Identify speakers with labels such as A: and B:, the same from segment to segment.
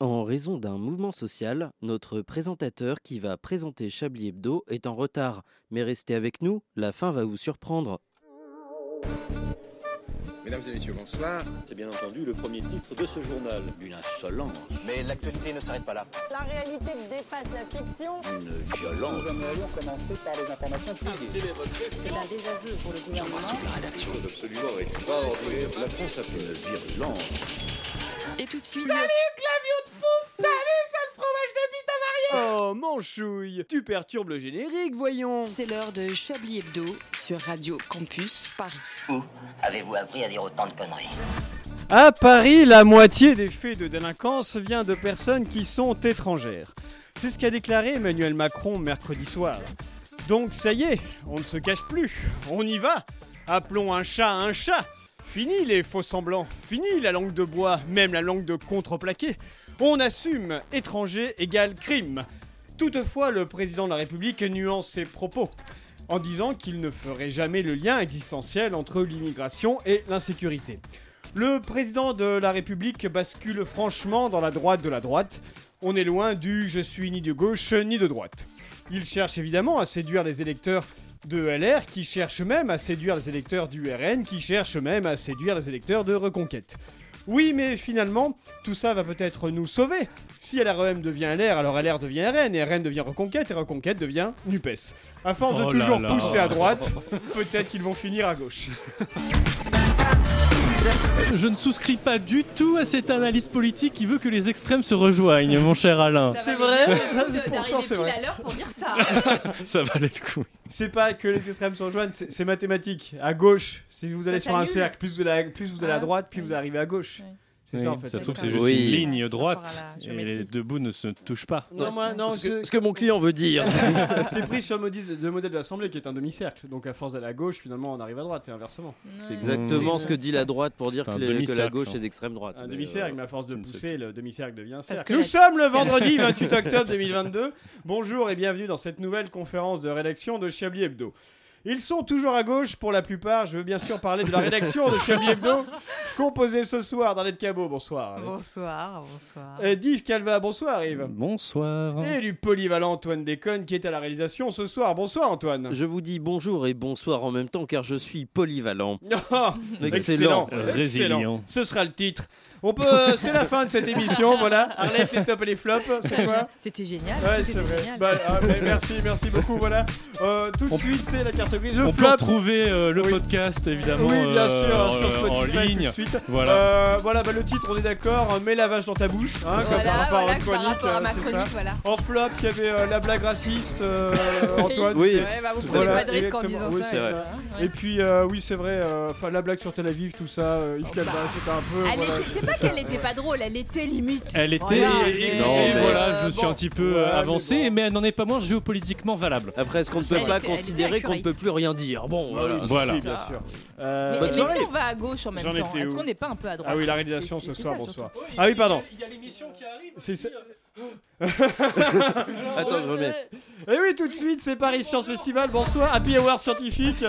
A: en raison d'un mouvement social, notre présentateur qui va présenter Chablis Hebdo est en retard. Mais restez avec nous, la fin va vous surprendre.
B: Mesdames et messieurs, bonsoir.
C: C'est bien entendu le premier titre de ce journal. Une insolence.
D: Mais l'actualité ne s'arrête pas là.
E: La réalité dépasse la fiction.
C: Une violence.
F: Nous aimerions commencer par les informations privées.
G: C'est un désaveu pour le gouvernement.
C: la rédaction est absolument extraordinaire. La France a fait une virulence.
H: Et tout de
I: Salut,
H: suite.
I: Clavio de fou Salut, sale fromage de bite avarié
J: Oh, mon chouille Tu perturbes le générique, voyons
H: C'est l'heure de Chablis Hebdo sur Radio Campus Paris.
K: Où avez-vous appris à dire autant de conneries
J: À Paris, la moitié des faits de délinquance vient de personnes qui sont étrangères. C'est ce qu'a déclaré Emmanuel Macron mercredi soir. Donc ça y est, on ne se cache plus, on y va Appelons un chat un chat Fini les faux semblants, fini la langue de bois, même la langue de contreplaqué. On assume étranger égale crime. Toutefois, le président de la République nuance ses propos en disant qu'il ne ferait jamais le lien existentiel entre l'immigration et l'insécurité. Le président de la République bascule franchement dans la droite de la droite. On est loin du je suis ni de gauche ni de droite. Il cherche évidemment à séduire les électeurs de LR qui cherchent même à séduire les électeurs du RN, qui cherchent même à séduire les électeurs de Reconquête. Oui, mais finalement, tout ça va peut-être nous sauver. Si LREM devient LR, alors LR devient RN, et RN devient Reconquête, et Reconquête devient NUPES. À force de
L: Oh là
J: toujours
L: là.
J: pousser à droite, peut-être qu'ils vont finir à gauche.
L: Je ne souscris pas du tout à cette analyse politique qui veut que les extrêmes se rejoignent, mon cher Alain.
J: C'est vrai
M: Pourtant,
J: c'est vrai.
M: à l'heure pour dire ça.
L: Ça valait le coup.
J: C'est pas que les extrêmes se rejoignent, c'est c'est mathématique. À gauche, si vous allez sur un
M: s'annule.
J: cercle, plus vous allez à, plus vous allez à
M: Ah,
J: droite, puis
M: oui.
J: vous arrivez à gauche. C'est ça en fait.
L: Ça se trouve, c'est juste
A: Oui.
L: une ligne droite
M: Par rapport à la
L: et les deux bouts ne se touchent pas.
J: Non, moi, non,
A: ce, que,
J: je-
A: ce que mon client veut dire.
J: c'est pris sur le modèle, le modèle de l'Assemblée qui est un demi-cercle. Donc à force d'aller à gauche, finalement, on arrive à droite et inversement.
A: C'est exactement ce que dit la droite pour
L: C'est
A: dire que,
L: un
A: les- que la
L: demi-cercle,
A: gauche
L: hein.
A: est d'extrême droite.
J: Un
A: Mais,
J: demi-cercle,
A: euh,
J: mais à force de
L: je ne sais
J: pousser, le demi-cercle devient cercle.
M: que
J: Nous
M: la-
J: sommes le vendredi 28 octobre 2022. Bonjour et bienvenue dans cette nouvelle conférence de rédaction de Chablis Hebdo. Ils sont toujours à gauche pour la plupart. Je veux bien sûr parler de la rédaction de Chablis Hebdo, composée ce soir d'Arlette Cabot. Bonsoir. Arlette.
M: Bonsoir, bonsoir.
J: Euh, d'Yves Calva, bonsoir Yves.
L: Bonsoir.
J: Et du polyvalent Antoine Déconne qui est à la réalisation ce soir. Bonsoir Antoine.
A: Je vous dis bonjour et bonsoir en même temps car je suis polyvalent.
J: Oh,
A: Excellent.
L: euh, Résilient.
J: Ce sera le titre. On peut. euh, c'est la fin de cette émission. Voilà. Arlette, les tops et les flops. C'est quoi
M: C'était génial.
J: Ouais,
M: tout
J: c'est
M: était
J: vrai.
M: génial.
J: Bah, ah, mais merci, merci beaucoup. Voilà. Euh, tout de
L: On-
J: suite, c'est la carte grise. Le
L: On peut
J: flop.
L: retrouver euh, le
J: Oui.
L: podcast évidemment
J: Oui, bien
L: euh,
J: sûr,
L: en-
J: sur
L: en
J: Spotify tout de
L: ligne.
J: suite.
L: Voilà.
J: Euh, voilà, bah, le titre, on est d'accord. euh, Mets la vache dans ta bouche. hein, comme
M: Voilà,
J: par rapport à
M: voilà,
J: votre
M: par
J: chronique,
M: rapport à
J: euh,
M: ma
J: c'est ça.
M: chronique, voilà.
J: En flop, il y avait euh, la blague raciste, euh, Antoine.
A: Oui.
M: Ouais, bah, vous
A: Tout
M: prenez
A: à
M: pas
J: fait.
M: de risque en
J: Exactement.
M: disant
J: Oui,
M: ça.
J: c'est
M: et
J: vrai.
M: voilà, ouais.
J: Et puis, euh, oui, c'est vrai, euh, enfin, la blague sur Tel Aviv, tout ça, euh, Yves
M: Oh,
J: Calva,
M: bah.
J: c'était un peu.
M: Elle
J: voilà,
M: était-
J: c'était
M: c'est pas
J: ça.
M: qu'elle était pas drôle, elle était limite.
L: Elle était,
M: Voilà.
L: et- et-
M: Non,
L: et
A: mais-
L: voilà, je me
M: Euh,
L: suis
M: bon.
L: un petit peu euh,
J: Ouais,
L: avancé,
J: mais
L: mais,
J: bon.
L: elle n'en est pas moins géopolitiquement valable.
A: Après, est-ce qu'on ne
M: Elle
A: peut
M: était-
A: pas
M: elle était
A: considérer qu'on ne
M: accurate.
A: peut plus rien dire Bon, voilà.
J: Bah oui,
L: Voilà.
J: si, bien sûr. Euh,
M: Mais,
J: bonne
M: mais
J: soirée.
M: si on va à gauche en même
J: J'en
M: temps,
J: étais
M: est-ce
J: où
M: qu'on n'est pas un peu à droite
J: Ah oui, la réalisation
M: C'est-
J: ce
M: c'est
J: soir,
M: ça, surtout.
J: bonsoir. Ah oui, pardon.
L: Il y a l'émission qui arrive.
J: C'est ça.
A: Attends, je remets.
J: Et Eh oui, tout de suite, c'est Paris Science Festival. Bonsoir, Happy Hour scientifique.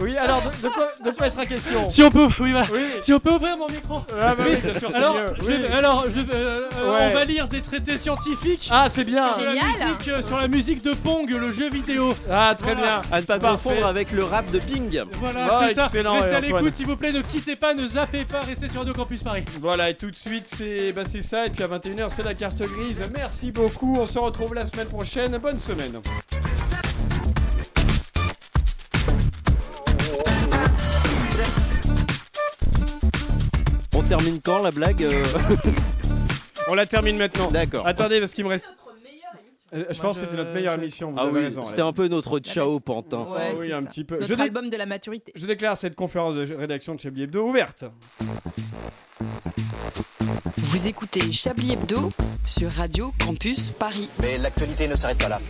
J: Oui, alors de, de quoi, de quoi il sera question
L: Si on peut, oui, voilà.
J: Oui.
L: Si on peut ouvrir mon micro.
J: Ah bah oui, bien sûr, c'est
L: Alors,
J: mieux.
L: je,
J: Oui.
L: vais- alors je, vais- euh, euh,
J: Ouais.
L: on va lire des traités scientifiques
J: Ah, c'est bien.
L: sur, la
M: Génial.
L: musique, euh, sur la musique de Pong, le jeu vidéo.
J: Ah, très
L: Voilà.
J: bien.
A: À ne pas
J: Parfait.
A: confondre avec le rap de Ping.
L: Voilà,
J: Ah,
L: c'est ça.
J: excellent,
L: Restez à
J: Antoine.
L: l'écoute, s'il vous plaît, ne quittez pas, ne zappez pas, restez sur Radio Campus Paris.
J: Voilà, et tout de suite, c'est bah, c'est ça. Et puis à 21h, c'est la carte grise. Merci beaucoup. On se retrouve la semaine prochaine. Bonne semaine.
A: On termine quand la blague euh
J: On la termine maintenant.
A: D'accord.
J: Attendez, parce qu'il me reste.
M: Notre meilleure émission.
J: Euh, je
M: Moi,
J: pense que c'était notre meilleure
M: je-
J: émission. Vous
A: Ah
J: avez
A: oui,
J: raison.
A: c'était un peu notre ciao
M: best.
A: pantin.
M: Ouais,
J: oui,
M: c'est
J: un
M: ça.
J: petit peu. Euh, Je
M: Notre
J: dé-
M: album de la maturité.
J: Je déclare cette conférence de rédaction de Chablis Hebdo ouverte.
H: Vous écoutez Chablis Hebdo sur Radio Campus Paris.
D: Mais l'actualité ne s'arrête pas là.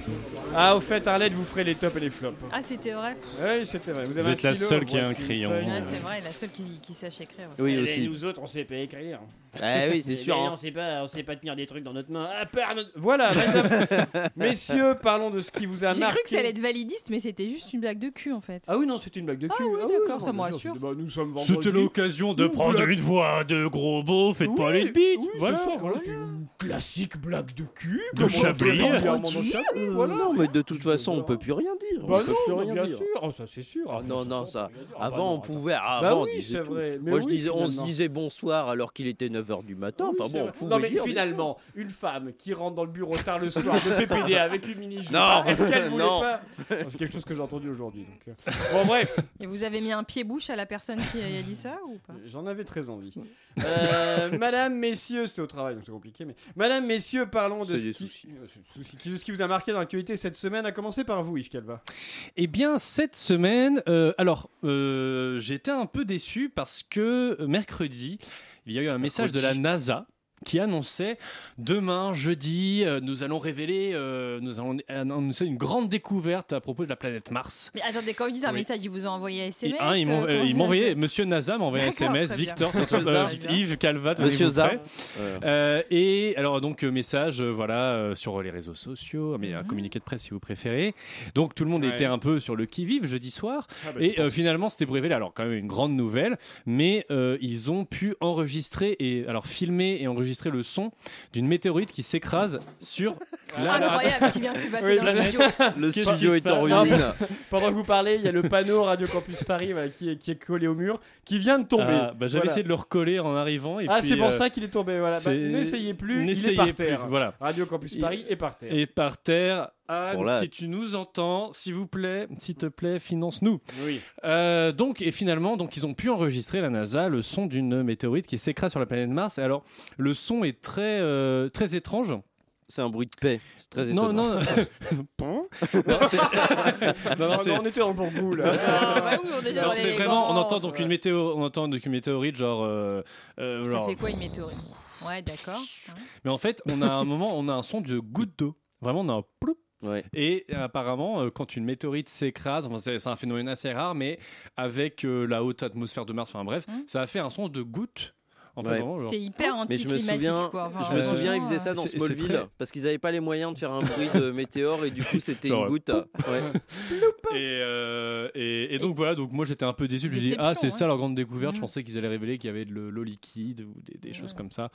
J: Ah, au fait, Arlette, je vous ferez les tops et les flops.
M: Ah, c'était vrai.
J: Oui, c'était vrai. Vous, avez
L: Vous
J: un
L: êtes la
J: stylo,
L: seule qui a un
J: voici une
L: crayon.
J: feuille.
L: Ouais,
M: Ouais, c'est vrai, la seule qui, qui sache écrire.
A: Oui,
J: Et
A: aussi.
J: Nous autres, on sait pas écrire.
A: Ah oui, c'est
J: Mais
A: sûr. hein.
J: Eh ben, On sait pas, on sait pas tenir des trucs dans notre main. À part notre- Voilà. madame. Messieurs, parlons de ce qui vous a
M: J'ai
J: marqué.
M: cru que ça allait être validiste, mais c'était juste une blague de cul en fait.
J: Ah oui, non, c'était une blague de cul.
M: oui, d'accord, ça me
J: bien
M: rassure.
J: c'était- bah, nous sommes vendredi.
L: C'était l'occasion de
J: Nous, on
L: prendre
J: l'a-
L: une voix de gros beau, faites
J: Oui,
L: pas les bites.
J: oui, c'est
L: voilà,
J: ça,
L: voilà.
J: c'est une
I: classique blague de cul.
J: De
I: comme on l'a
J: Chablis.
I: fait vendredi,
J: Clairement de Chablis, voilà.
A: Euh, Non, mais de toute façon, on peut plus rien dire.
J: Bah
A: on peut
J: non,
A: plus
J: bah
A: rien
J: bien
A: dire.
J: sûr. Oh, ça c'est sûr.
A: Ah
J: Ah,
A: non,
J: ça,
A: non,
J: ça,
A: ça.
J: on peut rien dire. Ah, bah
A: Avant, on
J: non,
A: pouvait.
J: Bah
A: Avant, on
J: oui,
A: disait
J: c'est
A: tout.
J: vrai, mais
A: Moi, je
J: oui,
A: disais, on se
J: finalement.
A: disait bonsoir alors qu'il était 9h du matin.
J: Oui,
A: Enfin bon,
J: c'est
A: on
J: vrai.
A: pouvait
J: non mais
A: dire des
J: finalement, une femme qui rentre dans le bureau tard le soir de PPD avec une mini jupe,
A: Non.
J: est-ce qu'elle voulait
A: Non.
J: pas C'est quelque chose que j'ai entendu aujourd'hui. donc, euh. Bon bref,
M: Et vous avez mis un pied-bouche à la personne qui a dit ça ou pas
J: j'en avais très envie. Euh, Madame, messieurs, c'était au travail donc c'est compliqué, mais Madame, messieurs, parlons de
A: C'est
J: ce
A: des
J: qui... euh, c'est des soucis. Qui- ce qui vous a marqué dans l'actualité cette semaine, à commencer par vous, Yves Calva.
L: Eh bien, cette semaine, euh, alors, euh, j'étais un peu déçu parce que mercredi, il y a eu un message de la NASA qui annonçait demain, jeudi, euh, nous allons révéler, euh, nous allons annoncer une grande découverte à propos de la planète Mars.
M: Mais attendez, quand vous dites un
L: Oui.
M: message, ils vous ont envoyé un
L: Et,
M: SMS
L: hein, ils m'ont- euh,
M: euh, comment
L: ils
M: ça-
L: m'ont envoyé, monsieur NASA m'a envoyé un
M: D'accord,
L: SMS,
M: très bien.
L: Victor,
A: Monsieur
L: euh,
A: Zah.
L: Yves Calvat,
A: trucs. Monsieur
L: tenez-vous
A: Zah.
L: prêts. Euh, et alors donc euh, message euh, voilà euh, sur les réseaux sociaux mais un communiqué de presse si vous préférez donc tout le monde
J: Mhm. Ouais.
L: était un peu sur le qui vive jeudi soir
J: Ah, bah,
L: et euh, finalement c'était révélé alors quand même une grande nouvelle mais euh, ils ont pu enregistrer et alors filmer et enregistrer le son d'une météorite qui s'écrase sur
J: Ah.
L: la-
M: Incroyable ce qui vient de se passer
J: Oui,
M: dans le
J: la-
M: studio.
A: Le
J: Qu'est-ce
A: studio
J: qui se
A: est en
J: passe Non,
A: ruine.
J: Pendant que vous parlez, il y a le panneau Radio Campus Paris voilà, qui, est, qui est collé au mur, qui vient de tomber.
L: Ah, bah, j'avais
J: Voilà.
L: essayé de le recoller en arrivant et
J: Ah,
L: puis,
J: c'est pour
L: euh,
J: ça qu'il est tombé. Voilà. Bah,
L: c'est-
J: N'essayez plus, il est
L: n'essayez
J: par
L: plus,
J: terre.
L: voilà
J: Radio Campus
L: Et-
J: Paris est par terre.
L: et par terre Anne
A: Oh là.
L: si tu nous entends s'il vous plaît s'il te plaît finance nous
J: Oui.
L: Euh, donc et finalement donc ils ont pu enregistrer la NASA le son d'une météorite qui s'écrase sur la planète Mars et alors le son est très euh, très étrange
A: C'est un bruit de paix. C'est très étonnant.
L: non non non c'est non, non,
J: Ah,
L: c'est-
J: non, on était dans le bambou là.
M: Ah, bah oui, on est dans
L: non, c'est
M: l'élégance.
L: vraiment on entend donc
J: ouais.
L: une météo on entend donc une météorite genre euh, euh,
M: Ça
L: genre-
M: fait quoi une météorite Ouais, d'accord. Hein.
L: mais en fait on a un moment on a un son de goutte d'eau vraiment on a un ploup
A: Ouais.
L: Et apparemment, euh, quand une météorite s'écrase, enfin, c'est c'est un phénomène assez rare, mais avec euh, la haute atmosphère de Mars, enfin bref,
M: Hein
L: ça a fait un son de goutte. En fait,
A: Ouais.
L: vraiment, genre-
M: C'est hyper
A: Mais je me
M: anticlimatique
A: souviens-
M: quoi.
J: Ah,
M: Enfin,
A: Je me
L: Euh,
A: souviens, ils
M: vraiment,
A: faisaient ça dans
L: c'est- c'est
A: Smallville
L: très-
A: parce qu'ils n'avaient pas les moyens de faire un bruit de météore et du coup, c'était une
L: Genre,
A: goutte. Ouais.
L: et, euh, et, et donc voilà, donc moi j'étais un peu déçu. Je me dis,
M: Déception,
L: ah, c'est ça
M: hein.
L: leur grande découverte. Je
M: Mhm.
L: pensais qu'ils allaient révéler qu'il y avait de le- l'eau liquide ou des, des choses
M: Ouais.
L: comme ça.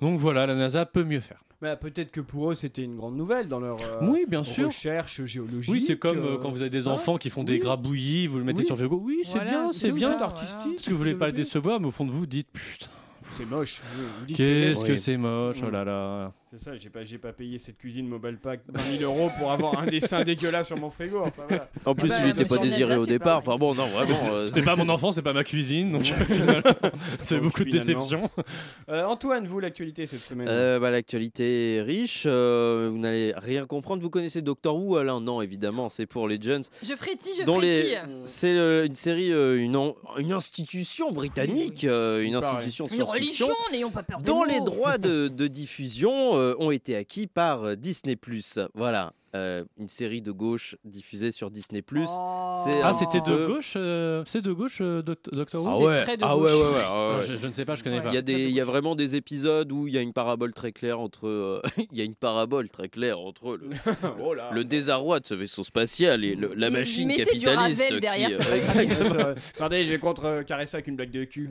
L: Donc voilà, la NASA peut mieux faire.
J: Bah, peut-être que pour eux c'était une grande nouvelle dans leur euh,
L: oui, bien sûr.
J: recherche géologique.
L: Oui, c'est comme euh, quand vous avez des
J: hein,
L: enfants qui font
J: oui.
L: des grabouillis, vous le mettez
J: Oui.
L: sur Facebook. Oui, c'est
M: Voilà,
L: bien,
M: c'est
L: c'est
M: tout
L: bien.
M: ça,
L: d'artistique.
M: voilà.
L: Parce que vous voulez pas le
J: Développer.
L: décevoir, mais au fond de vous, dites putain,
J: C'est moche. oui, vous dites c'est
L: qu'est-ce
J: moche.
L: que c'est moche, oh
J: Mhm.
L: là là.
J: C'est ça, j'ai pas, j'ai pas payé cette cuisine mobile pack 20 000 euros pour avoir un dessin dégueulasse sur mon frigo. Enfin, voilà.
A: En plus,
M: bah,
A: il n'était
M: monsieur
A: pas
M: Nazar,
A: désiré au
M: c'est pas
A: départ.
M: vrai.
A: Enfin bon, non, vraiment. euh,
L: C'était pas mon enfant, c'est pas ma cuisine, donc euh, finalement, c'est
J: Donc,
L: beaucoup de
J: finalement.
L: déception.
J: Euh, Antoine, vous l'actualité cette semaine
A: Euh, bah, L'actualité est riche, euh, vous n'allez rien comprendre. Vous connaissez Doctor Who, Alain Non, évidemment, c'est pour les jeunes.
M: Je frétille, je
A: dont euh. les-
M: frétille.
A: C'est euh, une série, euh, une, en- une institution britannique, euh, une
J: Il paraît.
A: institution de
M: Une
A: science-fiction,
M: religion, n'ayons pas peur des
A: dont
M: mots.
A: les droits de, de diffusion euh, ont été acquis par euh, Disney+. Voilà, Euh, une série de gauche diffusée sur Disney+.
M: Oh.
A: c'est
L: Ah,
A: un
L: c'était
A: petit peu-
L: de gauche, euh, c'est de gauche, euh, Doct- Doctor Who
M: Ah ouais, très de ah ouais, gauche. ouais, ouais,
L: Non, je, je ne sais pas, je connais
M: Ouais.
L: pas.
A: Il y, a
M: c'est pas
A: des,
M: de
A: il y a
M: gauche.
A: vraiment des épisodes où il y a une parabole très claire entre. euh, il y a une parabole très claire entre le,
J: Oh là.
A: le désarroi de ce vaisseau spatial et le- la
M: Il- il
A: machine
M: mettait du
A: capitaliste.
M: Ravel derrière,
A: qui,
M: ça
A: euh,
M: passait
A: exact-
J: Ouais, ça, ouais. Attendez, je vais contrecarrer ça avec une blague de cul.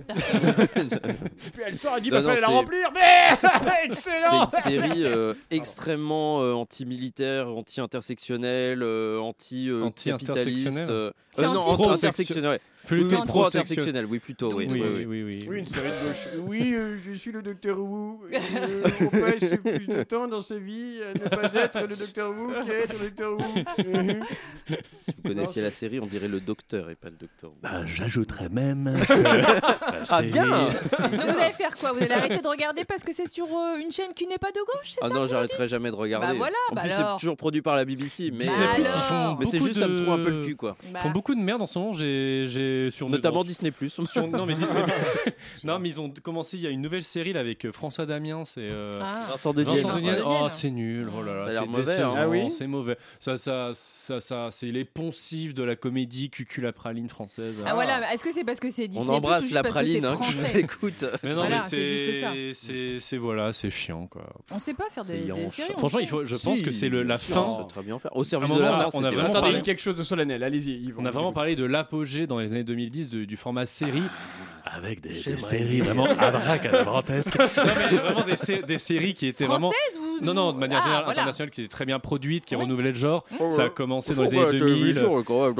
J: Puis elle sort, elle dit
A: Non,
J: bah,
A: non,
J: fallait la
A: c'est-
J: remplir, mais
A: C'est
J: excellent.
A: une série euh, extrêmement euh, anti-militaire, anti-intersectionnelle, euh, anti, euh,
L: Anti-intersectionnelle
A: capitaliste euh,
M: C'est
A: euh, non,
M: anti-
A: anti-intersectionnelle. Oui, oui,
M: anti-
A: pro-intersectionnelle, oui, plutôt. Oui,
L: Oui,
A: oui,
L: oui,
A: oui.
L: oui.
J: Oui, une série de gauche. Oui, euh, je suis le docteur Wu. et, euh, on passe plus de temps dans sa vie à ne pas être le docteur Wu qu'être le docteur Wu. Euh,
A: Si vous connaissiez la série, on dirait le docteur et pas le docteur.
L: Bah, J'ajouterais même.
A: Ah bien
M: Donc vous allez faire quoi Vous allez arrêter de regarder parce que c'est sur euh, une chaîne qui n'est pas de gauche, c'est
A: Ah
M: ça
A: non, j'arrêterai jamais de regarder.
M: Bah voilà,
A: en
M: bah
A: plus, c'est
M: alors.
A: toujours produit par la BBC. Mais,
L: Disney+, ils
M: alors.
L: font
A: mais c'est
L: Ah beaucoup
A: juste, ça me
L: de-
A: trouve un peu le cul, quoi.
M: Bah,
L: Ils Ah, font beaucoup de merde en ce moment, j'ai j'ai- sur
A: Notamment
L: bon,
A: Disney+.
L: sur- non mais Disney. non mais ils ont commencé. Il y a une nouvelle série là avec euh, François Damiens et euh,
M: ah.
A: Vincent de
L: Vincent
M: Vincent
A: Dienne.
L: Daniel.
M: Daniel.
L: Oh c'est nul. Oh là là,
A: Ça a l'air
L: c'est
A: mauvais,
L: décevant,
A: hein.
J: Ah oui
L: C'est mauvais. Ça ça ça ça c'est les poncifs de la comédie cucul à praline française.
M: Ah, voilà, mais est-ce que c'est parce que c'est Disney
A: On embrasse
M: Plus ou
A: la
M: juste parce que c'est
A: praline hein, qui
M: français
A: nous écoute.
L: Mais non,
M: Voilà,
L: mais
M: c'est
L: c'est
M: juste ça.
L: C'est c'est- voilà, c'est chiant quoi.
M: On sait pas faire
A: C'est
M: des, des
A: Yanche.
M: séries. on
L: Franchement,
M: sait.
L: il faut, je pense que c'est le- la
A: Si, on
L: fin.
A: sait très bien faire. Au
L: À un
A: service
L: moment,
A: de la
L: on a-
A: France,
L: on a
A: c'était
L: vraiment
A: vachement
J: Attendez,
L: parlé-
A: bien.
J: quelque chose de solennel, allez-y. Yves,
L: On a
J: vous
L: vraiment
J: écoute.
L: parlé de l'apogée dans les années 2010 du, du format série avec des, des
B: J'aimerais
L: séries
B: bien.
L: vraiment abracadabrantesques. non, mais vraiment des, sé- des séries qui étaient vraiment.
M: Françaises, vous-
L: Non, non, de manière
M: Ah,
L: générale,
M: voilà.
L: internationale, qui étaient très bien produites, qui renouvelaient le genre.
M: Oh,
L: Ça a
M: ouais.
L: commencé
B: C'est
L: dans les années 2000.
B: quand même, quand même,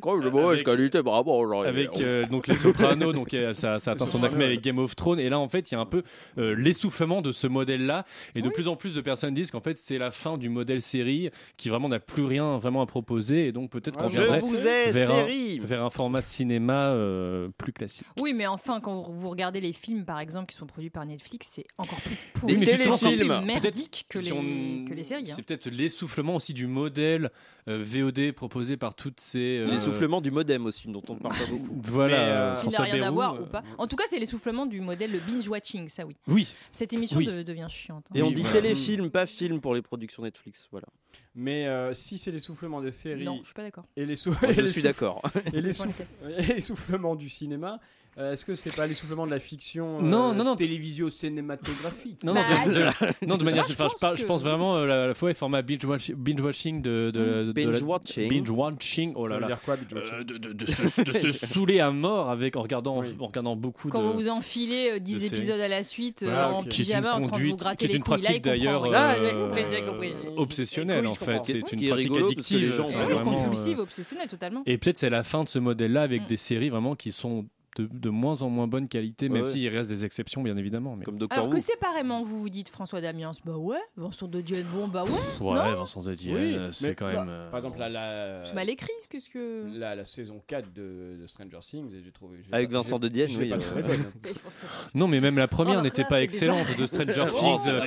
B: quand même de mauvaise qualité par rapport Oh. au genre.
L: Avec euh, donc les Sopranos, donc euh, ça, ça atteint son
B: Sopranos,
L: acmé
B: ouais.
L: avec Game of Thrones. Et là, en fait, il y a un peu euh, l'essoufflement de ce modèle-là. Et de plus en plus de personnes disent qu'en fait, c'est la fin du modèle série qui vraiment n'a plus rien vraiment à proposer. Et donc peut-être qu'on
A: Je
L: viendrait
A: vous ai
L: vers,
A: série.
L: un, vers un format cinéma euh, plus classique.
M: Oui, mais enfin, quand vous regardez les films, par exemple, qui sont produits par Netflix, c'est encore plus
L: Oui,
M: pourri,
L: mais justement, c'est-
M: encore
L: peut-être
M: plus merdique que,
L: si
M: les,
L: on-
M: que les séries. hein.
L: C'est peut-être l'essoufflement aussi du modèle euh, VOD proposé par toutes ces. euh,
A: L'essoufflement du modem aussi, dont on ne parle pas beaucoup.
L: Voilà,
A: Mais, euh,
L: euh,
M: Qui n'a
L: François
M: rien à
L: Bayrou,
M: voir
L: euh,
M: ou pas. En tout cas, c'est l'essoufflement du modèle binge-watching, ça oui.
L: Oui.
M: Cette émission
J: Oui.
M: de- devient chiante. hein.
A: Et on
J: Oui,
A: dit
J: voilà.
A: téléfilm, pas film pour les productions Netflix. Voilà.
J: Mais euh, si c'est l'essoufflement des séries.
M: Non, je suis pas d'accord.
J: Et les sou-
A: Moi,
J: et
A: je
J: les
A: suis
J: souff-
A: d'accord.
J: Et les
A: Point
J: souff- et l'essoufflement du cinéma. euh, Est-ce que c'est pas l'essoufflement de la fiction euh,
L: Non, non, non.
J: télévisio cinématographique
L: Non, non,
M: Bah,
L: de, de-
M: Ah,
L: non, de manière.
J: je
L: enfin, je, par- je pense vraiment euh, la, la fois format binge, watch- binge watching de, de, de- de la-
J: Binge watching.
L: binge watching. Oh
J: Ça
L: là
J: veut
L: là.
J: dire quoi, binge watching
L: Euh, de, de- de se, de se saouler à mort avec en regardant en regardant beaucoup
M: Quand
L: de.
M: vous vous enfilez euh, 10
L: séries.
M: épisodes à la suite euh,
L: Voilà,
M: en
L: ok. Qui est une
M: pyjama en train de vous
L: conduite- qui
M: gratter
L: est
M: les
L: une
M: couilles, là, Ah,
L: pratique
M: il comprend,
L: d'ailleurs
M: ouais.
L: euh, obsessionnelle en fait. C'est
A: Ce qui
L: une
A: est
L: pratique
A: rigolo, parce que les
L: addictive.
A: gens-
L: euh,
M: Et oui,
L: vraiment, euh,
M: compulsive, obsessionnelle, totalement.
L: Et peut-être c'est la fin de ce modèle-là avec
M: Mm.
L: des séries vraiment qui sont de, de moins en moins bonne qualité,
A: Ouais,
L: même
A: ouais.
L: s'il reste des exceptions bien évidemment. Mais...
A: Comme
M: Alors que séparément, vous vous dites François Damiens, bah ouais, Vincent de Dieu, bon, bah ouais.
L: Ouais,
M: non
L: Vincent Zadiel,
J: Oui,
L: euh, c'est
J: mais-
L: quand
J: bah,
L: même. euh,
J: Par exemple, la, la,
M: C'est mal écrit, ce- qu'est-ce que.
L: hein.
J: la, la saison 4 de, de Stranger Things, et j'ai trouvé. j'ai
A: Avec
J: pas-
A: Vincent de
J: j'ai-
A: Dienne,
J: j'ai
A: oui,
J: pas
A: euh,
J: trouvé bonne.
L: Non, mais même la
J: Oh,
L: première
J: alors
L: n'était
J: là,
L: pas
J: c'est
L: excellente
J: bizarre.
L: de Stranger
J: Oh,
L: Things.
J: Stranger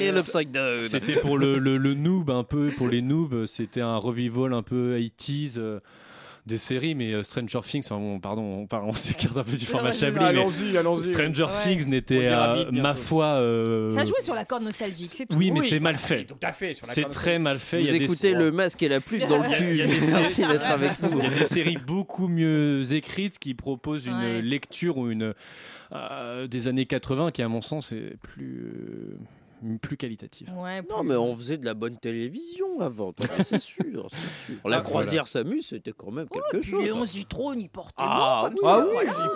J: et le
A: Psychedelic.
L: C'était pour le, le, le noob, un peu, pour les noobs, c'était un revival un peu 80s. euh, des séries, mais euh, Stranger Things, enfin bon, pardon, on, parle- on s'écarte un peu du
J: Ouais,
L: format
J: vas-y,
L: Chablis,
J: allons-y,
L: mais
J: allons-y.
L: Stranger
J: Ouais.
L: Things
J: On
L: n'était,
J: dira
L: euh,
J: vite bientôt.
L: ma foi... euh,
M: Ça jouait sur la corde nostalgique, c'est tout.
L: Oui, mais c'est mal fait.
J: Tout à fait, Ah, sur la
L: C'est
J: corde
L: très mal fait.
A: Vous
L: il y a des-
A: écoutez le masque et la pluie dans le
L: Il y
A: cul.
L: a des
A: Merci
L: séries-
A: d'être avec nous.
L: Il y a des séries beaucoup mieux écrites qui proposent une
A: Ouais.
L: lecture ou une euh, des années 80 qui, à mon sens, est plus euh, plus qualitative.
A: Non, mais on faisait de la bonne télévision avant, t'en fais, c'est sûr. c'est sûr. La
L: Ah,
A: croisière s'amuse, c'était quand même quelque
M: Puis
A: chose.
M: Léon Zitrone, il portait
A: Ah,
M: bon comme
A: oui,
M: ça.
A: ah oui,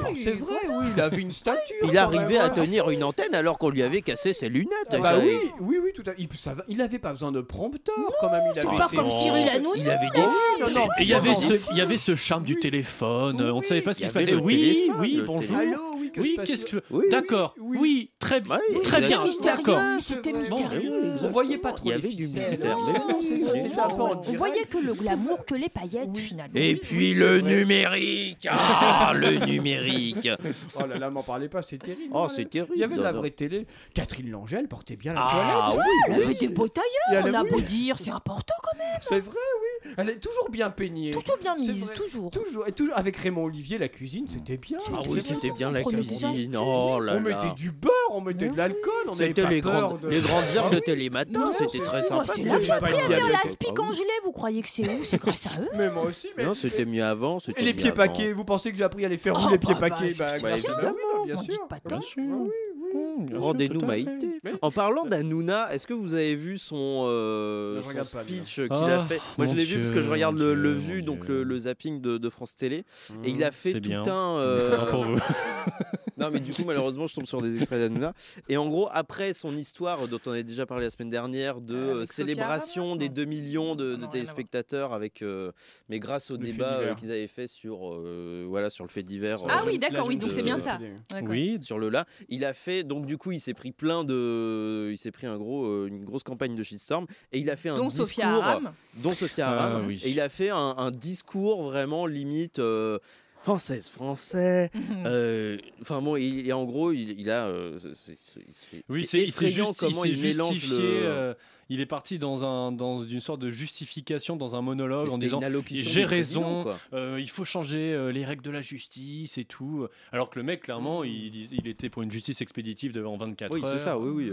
M: voilà,
J: C'est vrai, oui, il avait une statue.
A: Il arrivait à tenir une antenne alors qu'on lui avait cassé ses lunettes.
J: Bah
A: Ça,
J: oui, oui, oui, tout à il- ça va- Il n'avait pas besoin de prompteur quand même. Il
A: c'est
J: avait
A: pas
J: ses-
A: comme Cyril
L: Hanouna,
J: Il avait des.
L: là.
J: Non, non,
L: Et il y
J: non,
L: avait
J: non,
L: ce, il y avait ce charme du téléphone. euh, on ne savait pas ce
A: Il
L: qui
A: y
L: se
A: avait
L: passait.
A: le
L: Oui,
A: téléphone,
L: oui,
A: le
L: bonjour.
A: téléphone.
J: oui,
L: oui, qu'est-ce que D'accord. Oui, très bien. très
A: c'est
L: bien.
M: mystérieux,
L: D'accord.
M: C'était mystérieux.
J: On voyait pas
A: Il y avait du mystère. mais non, c'est ça, c'est
M: On voyait que le glamour, que les paillettes, finalement.
A: Et puis le numérique Ah, le numérique
J: Oh là là, m'en parlez pas, c'est terrible.
A: Oh, c'est terrible.
J: Il y avait de la
A: non,
J: vraie télé. Catherine Langel portait bien la
A: Ah,
J: toilette.
A: oui,
J: elle avait des
M: beaux
J: Elle
M: tailleurs, on a
J: avait-
M: beau dire, c'est important quand même.
J: C'est vrai, oui. Elle est toujours bien peignée.
M: Toujours bien
J: C'est
M: mise,
J: vrai.
M: toujours.
J: Toujours, et toujours. Avec Raymond Olivier, la cuisine, c'était bien.
A: Ah oui, c'était bien la
J: On prenait des
A: cuisine.
J: astuces.
A: Oh là là.
J: on mettait du beurre, on mettait de l'alcool, on
A: C'était
J: avait
A: les,
J: pas peur
A: grandes-
J: de-
A: les grandes heures
J: Ah
A: de
J: oui.
A: télématin, c'était très sympa.
M: Moi, c'est là que j'ai appris à faire la spic
A: Ah oui.
M: gelée. Vous croyez que c'est où C'est grâce à eux
J: Mais moi aussi, mais.
A: Non, c'était mieux avant. c'était
J: Et les
A: mieux
J: pieds
A: avant.
J: paquets, vous pensez que j'ai appris à les faire
A: Oh,
J: où les pieds
A: bah, bah,
J: paquets
A: je
J: Bah,
A: sais
J: grâce
A: bien,
J: à-
A: évidemment.
J: oui, non, bien
A: On
J: sûr.
M: Bien
A: Hmm, Rendez-nous Maïté. En parlant d'Anouna, est-ce que vous avez vu son, euh,
J: Non, je
A: son
J: regarde pas,
A: speech
J: non.
A: qu'il a
J: Ah,
A: fait Moi, je
J: mon
A: l'ai vu parce
J: Dieu,
A: que je regarde
J: mon
A: le, le
J: Dieu,
A: vu,
J: mon
A: donc euh,
J: Dieu.
A: le, le zapping de, de France Télé,
J: Mmh.
A: et il a fait
J: C'est
A: tout
J: bien.
A: un. euh,
J: Tant pour vous.
A: non, mais du coup, malheureusement, je tombe sur des extraits d'Anouna. Et en gros, après son histoire, euh, dont on a déjà parlé la semaine dernière,
M: Ah,
A: de euh,
B: Sofia
A: célébration des 2 millions de, de téléspectateurs, avec, euh, mais grâce au
B: Le fait
A: débat euh,
B: divers.
A: qu'ils avaient fait sur, euh, voilà, sur le fait divers.
M: Ah
A: euh,
M: oui, d'accord, oui, donc c'est bien ça. D'accord.
L: Oui.
A: sur le là. Il a fait donc du coup il s'est pris plein de, il s'est pris un gros, euh, une grosse campagne de shitstorm et il a fait un
M: Dont
A: discours, euh,
M: Sophia Aram.
A: dont Sophia
L: Ah,
A: Aram,
L: oui.
A: et il a fait un, un discours vraiment limite. euh, Française, français.
M: Mhm.
A: euh, Enfin bon, il, et en gros, il, il a. euh, c'est- c'est- c'est-
L: Oui,
A: c'est
L: c'est il s'est
A: effrayant
L: juste- il
A: comment
L: s'est
A: il mélange
L: justifié.
A: le-
L: euh, il est parti dans un dans une sorte de justification dans un monologue
A: Mais
L: en
A: c'était
L: disant
A: une allocution
L: j'ai
A: du président,
L: raison,
A: quoi.
L: euh, il faut changer euh, les règles de la justice et tout. Alors que le mec clairement il, dis- il était pour une justice expéditive de, en
A: Hmm.
L: 24
A: Oui,
L: heures.
A: c'est ça, oui, oui.
L: euh,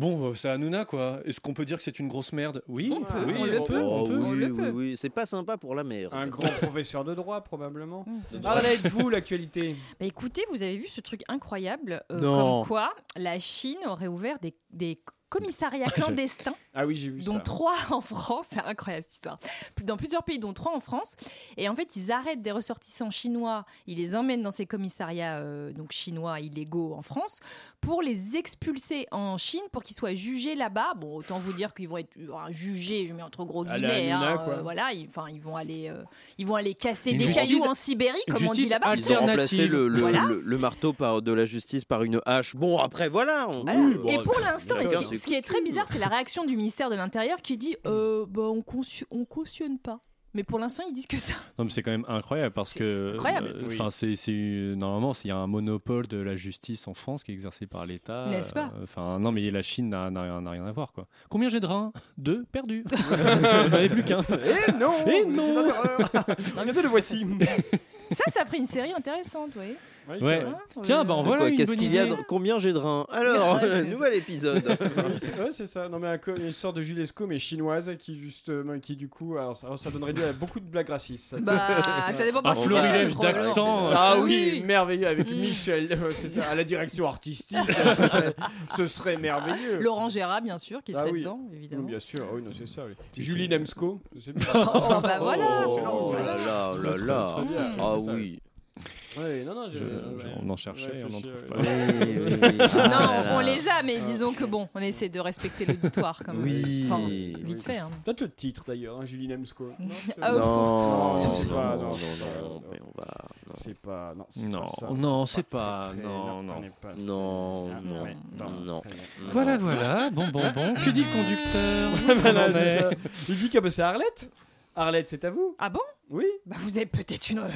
L: Bon, euh, c'est Hanouna quoi. Est-ce qu'on peut dire que c'est une grosse merde Oui,
J: On peut,
L: oui,
J: on le peut,
A: Oh,
J: on peut,
A: oui,
J: on le
A: oui,
J: peut.
A: oui, c'est pas sympa pour la mère.
J: Un grand professeur de droit, probablement.
A: de droit.
J: Parlez de vous, l'actualité.
M: Mmh. Bah écoutez, vous avez vu ce truc incroyable, euh,
J: Non.
A: Ah,
M: comme quoi la Chine aurait ouvert des, des commissariats clandestins
J: Ah oui, j'ai vu
M: dont
J: ça.
M: trois en France, c'est incroyable cette histoire, dans plusieurs pays, dont trois en France. Et en fait, ils arrêtent des ressortissants chinois, ils les emmènent dans ces commissariats euh, donc chinois illégaux en France pour les expulser en Chine pour qu'ils soient jugés là-bas. Bon, autant vous dire qu'ils vont être euh, jugés, je mets entre gros
L: À la
M: guillemets,
L: Amina,
M: hein,
L: quoi.
M: euh, voilà, ils- enfin, ils, vont aller, euh, ils vont aller casser
A: Une
M: des
A: justice-
M: cailloux en Sibérie,
L: une
M: comme on dit
L: justice
M: là-bas.
A: Ils ont remplacé le, le-
M: Voilà.
A: le- le marteau par, de la justice par une hache. Bon, après, voilà. on-
M: Voilà.
A: oui, bon,
M: et pour l'instant,
A: chacun
M: ce, qui-
A: ses
M: ce qui est très bizarre, c'est la réaction du ministère de l'Intérieur qui dit euh, bah, on, conçu- on cautionne pas. Mais pour l'instant, ils disent que ça.
L: Non, mais c'est quand même incroyable parce que.
M: incroyable.
L: euh,
M: Oui.
L: Enfin, c'est, c'est, euh, normalement, c'est- il y a un monopole de la justice en France qui est exercé par l'État.
M: N'est-ce pas
L: Euh, Enfin, non, mais la Chine n'a, n'a rien- n'a rien à voir, quoi. Combien j'ai de reins Deux Perdu. Vous n'en avez plus qu'un.
J: Eh non
L: Eh
J: vous
L: non
J: étiez dans l'erreur. Regardez, le voici.
M: Ça, ça ferait une série intéressante, Hein, euh, vous voyez.
L: Ouais. Tiens, bah en
A: Mais
L: voilà
A: quoi,
L: une
A: qu'est-ce
L: bonne
A: qu'il y a
L: idée.
A: dans- Combien j'ai de reins Alors,
J: Ouais, c'est-
A: nouvel épisode.
J: Oui, c'est ouais, c'est ça. Non, mais un co- une sorte de Julesco, mais chinoise, qui, justement, qui du coup. Alors, ça, alors, ça donnerait lieu à beaucoup de blagues racistes. ça.
M: Bah, ça dépend Un
L: pour qui ça florilège euh, fait, probablement. d'accents.
J: Ah
L: Oui,
J: oui,
L: oui.
J: merveilleux avec
M: Mm.
J: Michel, euh, c'est ça, à la direction artistique. ça, ce, serait, ce serait merveilleux.
M: Laurent Gérard, bien sûr, qui
J: Ah
M: serait
J: oui.
M: dedans, évidemment.
J: Oui, bien sûr, ah oui, non, c'est ça. oui. Julie Nemsko. c'est bien.
M: Oh, bah
C: Ah,
M: voilà.
A: Oh là là, oh là là.
J: Très bien,
A: Ah
J: c'est ça.
A: oui.
J: Ouais, non, non, je-
L: Je-
J: ouais.
L: on en cherchait,
J: Ouais,
L: on en
J: réfléchis,
L: trouve
J: ouais.
L: pas.
A: Oui, oui, oui. Ah là
M: Non,
A: là.
M: on les a, mais
J: Ah.
M: disons que bon, on essaie de respecter l'auditoire quand même.
A: Oui.
M: Enfin, vite fait. hein.
J: Peut-être le titre d'ailleurs, hein, Julie Nemsko. Non, c'est-
M: Ah,
A: Non, non,
J: Non, c'est pas-
A: non,
J: non,
A: non,
J: c'est pas-
A: non, mais on va-
J: C'est pas. Non, c'est
L: Non,
J: pas ça.
L: non, c'est pas.
J: très, très-
L: Non,
J: non, on
L: non.
J: n'est pas-
A: Non,
J: Ah,
A: non,
J: ouais,
A: non, non.
J: très bien.
L: Voilà, voilà. Bon, bon, bon. Que dit le conducteur
J: Voilà, c'est ça. Il dit que bah, c'est Arlette. Arlette, c'est à vous
M: Ah bon
J: Oui,
M: Bah, vous avez peut-être une, euh,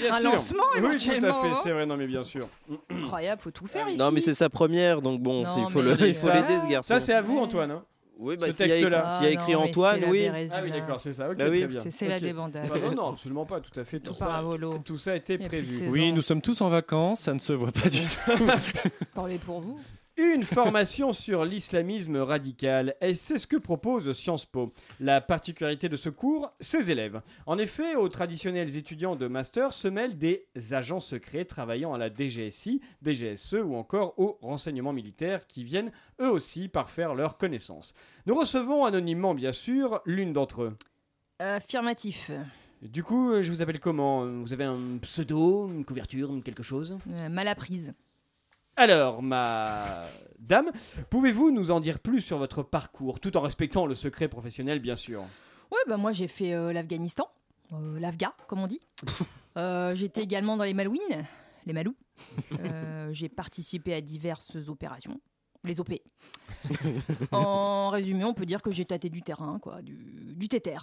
J: bien
M: un
J: sûr.
M: lancement
J: Oui, tout à
M: éventuellement.
J: fait,
M: hein.
J: c'est vrai, non mais bien sûr.
M: Incroyable, faut tout faire ici.
A: Ah Non, mais c'est sa première, donc bon,
M: Non,
A: c'est- il faut
M: mais-
A: le- il faut
J: Ça-
A: l'aider, ce garçon.
J: Ça c'est à vous Antoine. hein
A: Oui, bah,
J: ce
A: s'il y a-
J: texte-là.
A: S'il y a
M: Ah,
A: écrit
M: non, mais
A: Antoine,
M: c'est la
A: oui.
M: Bérésina.
J: Ah oui d'accord, c'est ça, ok,
A: Bah oui.
J: très bien.
M: C'est- c'est la
J: Ok.
M: débandade.
J: Bah, non, non, absolument pas, tout à fait, tout
M: Tout
J: ça,
M: paravolo.
J: tout ça a été
M: Il y a plus de
J: prévu.
M: saison.
L: Oui, nous sommes tous en vacances, ça ne se voit pas du tout.
M: Parlez pour vous.
J: Une formation sur l'islamisme radical, et c'est ce que propose Sciences Po. La particularité de ce cours, ses élèves. En effet, aux traditionnels étudiants de master se mêlent des agents secrets travaillant à la DGSI, DGSE E ou encore au renseignement militaire qui viennent eux aussi parfaire leurs connaissances. Nous recevons anonymement, bien sûr, l'une d'entre eux.
M: Affirmatif.
J: Du coup, euh, je vous appelle comment Vous avez un pseudo, une couverture, quelque chose
M: Euh, mal apprise.
J: Alors, madame, pouvez-vous nous en dire plus sur votre parcours, tout en respectant le secret professionnel, bien sûr
M: Ouais, bah moi j'ai fait euh, l'Afghanistan, euh, l'Afga, comme on dit. Euh, J'étais également dans les Malouines, les Malous. Euh, j'ai participé à diverses opérations, les OP. en résumé, on peut dire que j'ai tâté du terrain, quoi, du, du téter.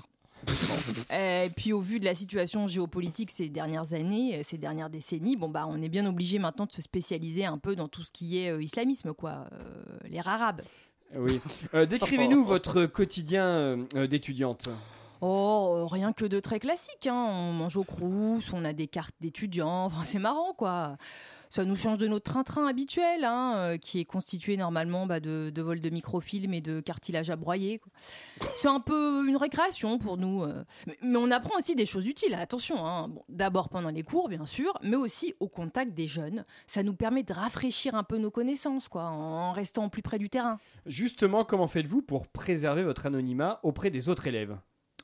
M: Et puis au vu de la situation géopolitique ces dernières années, euh, ces dernières décennies, bon bah on est bien obligé maintenant de se spécialiser un peu dans tout ce qui est euh, islamisme quoi, euh, les arabes.
J: Oui. Euh, Décrivez-nous votre quotidien euh, euh, d'étudiante.
M: Oh, euh, rien que de très classique. hein. On mange au crous, on a des cartes d'étudiants. Enfin, c'est marrant, quoi. Ça nous change de notre train-train habituel, hein, euh, qui est constitué normalement bah, de, de vols de microfilm et de cartilage à broyer. quoi. C'est un peu une récréation pour nous. euh. Mais, mais on apprend aussi des choses utiles, attention. hein. Bon, D'abord pendant les cours, bien sûr, mais aussi au contact des jeunes. Ça nous permet de rafraîchir un peu nos connaissances, quoi, en restant plus près du terrain.
J: Justement, comment faites-vous pour préserver votre anonymat auprès des autres élèves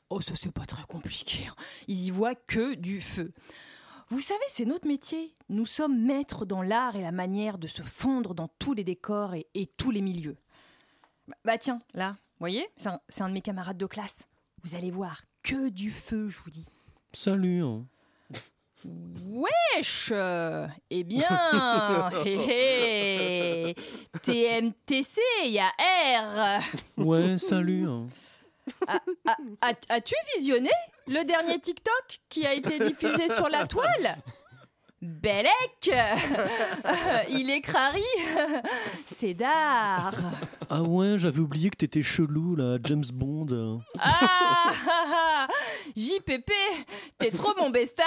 M: Oh, ça c'est pas très compliqué. hein. Ils y voient que du feu. Vous savez, c'est notre métier. Nous sommes maîtres dans l'art et la manière de se fondre dans tous les décors et, et tous les milieux. Bah, bah tiens, là, voyez, c'est un, c'est un de mes camarades de classe. Vous allez voir que du feu, je vous dis.
L: Salut. hein.
M: Wesh euh, Eh bien hé, hé, TMTC, il y a R
L: Ouais, salut. hein.
M: A- a- Ah, As-tu visionné le dernier TikTok qui a été diffusé sur la toile Belek Il est crari C'est d'art
L: Ah ouais, j'avais oublié que t'étais chelou là, James Bond.
M: Ah, ah, ah. JPP, t'es trop mon besta.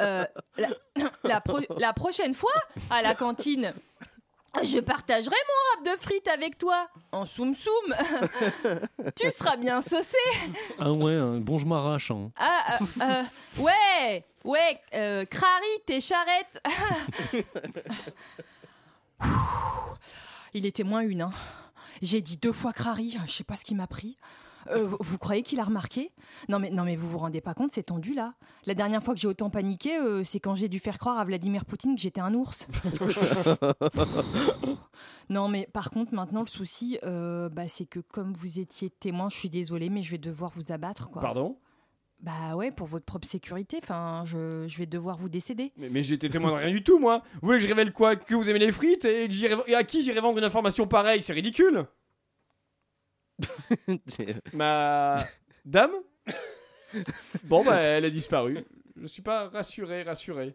M: Euh, la, la pro- la prochaine fois, à la cantine, je partagerai mon rap de frites avec toi, en soum soum. tu seras bien saucé.
L: Ah ouais, hein, bon, je m'arrache. hein.
M: Ah, euh, euh, ouais, ouais, euh, crari, tes charrettes. Il était moins une, hein. J'ai dit deux fois Crary, je sais pas ce qui m'a pris. Euh, vous, vous croyez qu'il a remarqué non mais, non mais vous vous rendez pas compte, c'est tendu là. La dernière fois que j'ai autant paniqué, euh, c'est quand j'ai dû faire croire à Vladimir Poutine que j'étais un ours. non mais par contre maintenant le souci, euh, bah, c'est que comme vous étiez témoin, je suis désolée mais je vais devoir vous abattre. Quoi.
J: Pardon
M: Bah ouais, pour votre propre sécurité, enfin, je, je vais devoir vous décéder.
J: Mais, mais j'étais témoin de rien du tout, moi. Vous voulez que je révèle quoi Que vous aimez les frites et, que j'irai- et à qui j'irai vendre une information pareille C'est ridicule. Ma dame Bon, bah, elle a disparu. Je suis pas rassuré, rassuré.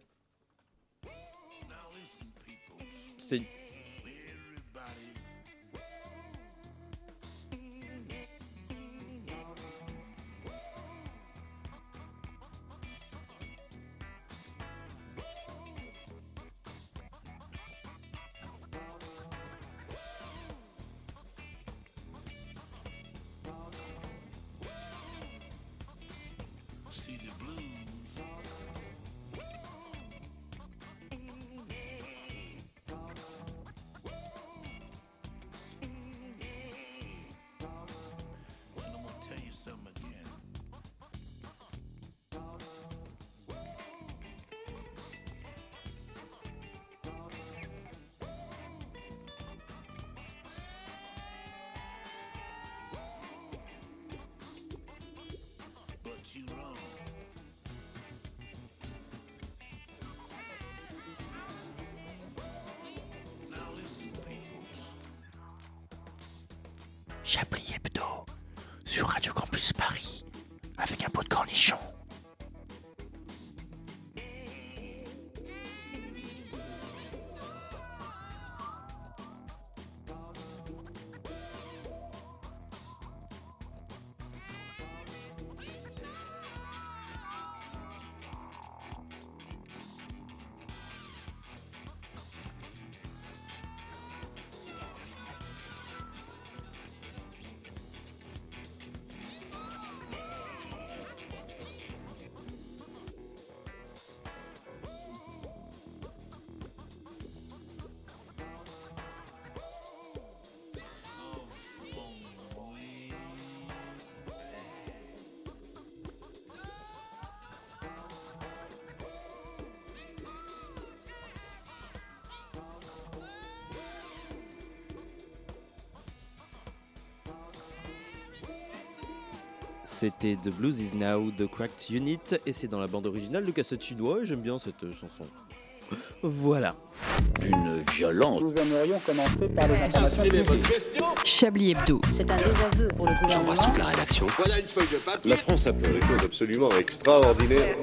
A: C'est
I: Chablis Hebdo sur Radio Campus Paris avec un pot de cornichon.
A: C'était The Blues Is Now The Cracked Unit et c'est dans la bande originale de Cassette Chinois et j'aime bien cette euh, chanson. Voilà. Une violence.
F: Nous aimerions commencer par les informations publiques.
H: Chablis Hebdo. C'est un désaveu pour le gouvernement.
C: la rédaction. Voilà une feuille de papier. La France a fait des choses absolument extraordinaires.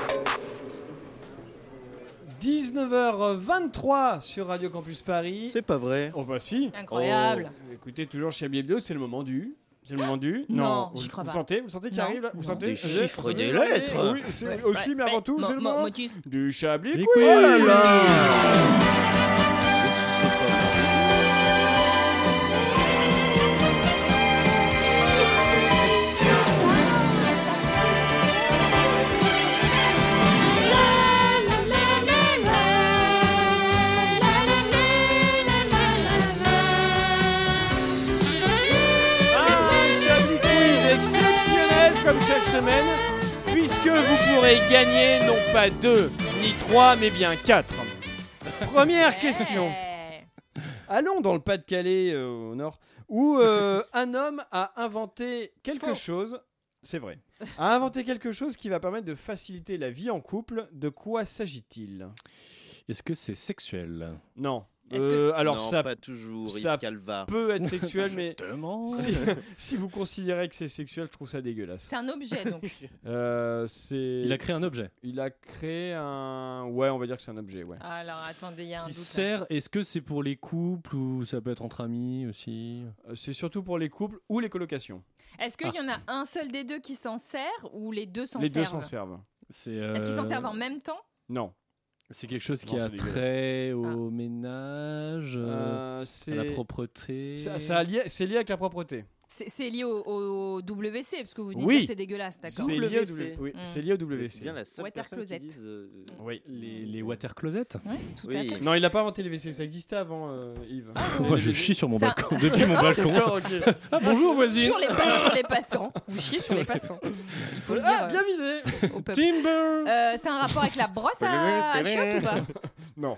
J: 19h23 sur Radio Campus Paris. C'est
A: pas vrai.
J: Oh bah si.
M: Incroyable.
J: Oh, écoutez, toujours chez Abli Hebdo, c'est le moment du. C'est le moment du.
M: Non,
J: vous,
M: j'y crois
J: vous
M: pas.
J: sentez, vous sentez qui
M: Non,
J: arrive là Vous
M: non.
J: sentez
A: Des
J: Je-
A: chiffres et des
J: Oui,
A: lettres.
J: Oui, c'est
M: Ouais,
J: aussi,
M: ouais,
J: mais avant tout,
M: ouais.
J: c'est le
M: Mo- mo-
J: moment
M: motus.
J: du Chablis
A: Quiz.
J: Quiz. Ah,
A: Oh là là
J: Un Chablis Quiz exceptionnel comme chaque semaine, puisque vous pourrez gagner non pas deux ni trois, mais bien quatre. Première question. Allons dans le Pas-de-Calais euh, au nord, où euh, un homme a inventé quelque
L: Faux.
J: chose. C'est vrai. A inventé quelque chose qui va permettre de faciliter la vie en couple. De quoi s'agit-il
L: Est-ce que c'est sexuel
J: Non.
A: Est-ce que
J: Euh,
A: c'est-
J: alors
A: Non,
J: ça
A: pas toujours, Yves
J: ça
A: Calva.
J: peut être sexuel, mais
L: Justement.
J: si, si vous considérez que c'est sexuel, je trouve ça dégueulasse.
M: C'est un objet donc.
J: Euh, c'est.
L: Il a créé un objet
J: Il a créé un. Ouais, on va dire que c'est un objet. Ouais.
M: Alors attendez, il y a un
L: qui
M: doute. là.
L: sert. Est-ce que c'est pour les couples ou ça peut être entre amis aussi
A: Ah.
J: Euh, C'est surtout pour les couples ou les colocations.
M: Est-ce qu'il y en a un seul des deux qui s'en sert ou les deux s'en
J: les
M: servent
J: deux s'en servent.
L: C'est.
M: Est-ce qu'ils s'en
L: euh,
M: servent en même temps
J: Non.
L: C'est quelque chose qui
J: Non,
L: a
J: c'est dégueulasse.
L: trait au ménage, euh,
J: Euh,
L: à la
J: c'est.
L: propreté.
J: Ça, ça a lié- c'est lié avec la propreté.
M: C'est c'est lié au, au WC, parce que vous dites
J: Oui.
M: que c'est dégueulasse, d'accord
J: C'est lié au WC. Oui,
M: Mm.
J: c'est lié au WC.
A: C'est bien la seule
M: Water
A: personne
M: closet.
A: qui dise. euh,
L: Oui, les, les water closets.
M: tout
A: à Oui. fait.
J: Non, il n'a pas inventé les WC, ça existait avant, euh, Yves.
M: Ah,
L: Moi, je chie sur mon
M: Ça-
L: balcon, depuis mon
J: Ah,
L: balcon.
J: d'accord, ok.
L: Ah, bonjour, voisine.
M: Sur les, pas- sur les passants. Vous chiez sur les passants. Il faut le dire. euh,
J: Ah, bien visé
M: au peuple.
J: Timber
M: Euh, c'est un rapport avec la brosse à, à chiottes ou pas
J: Non.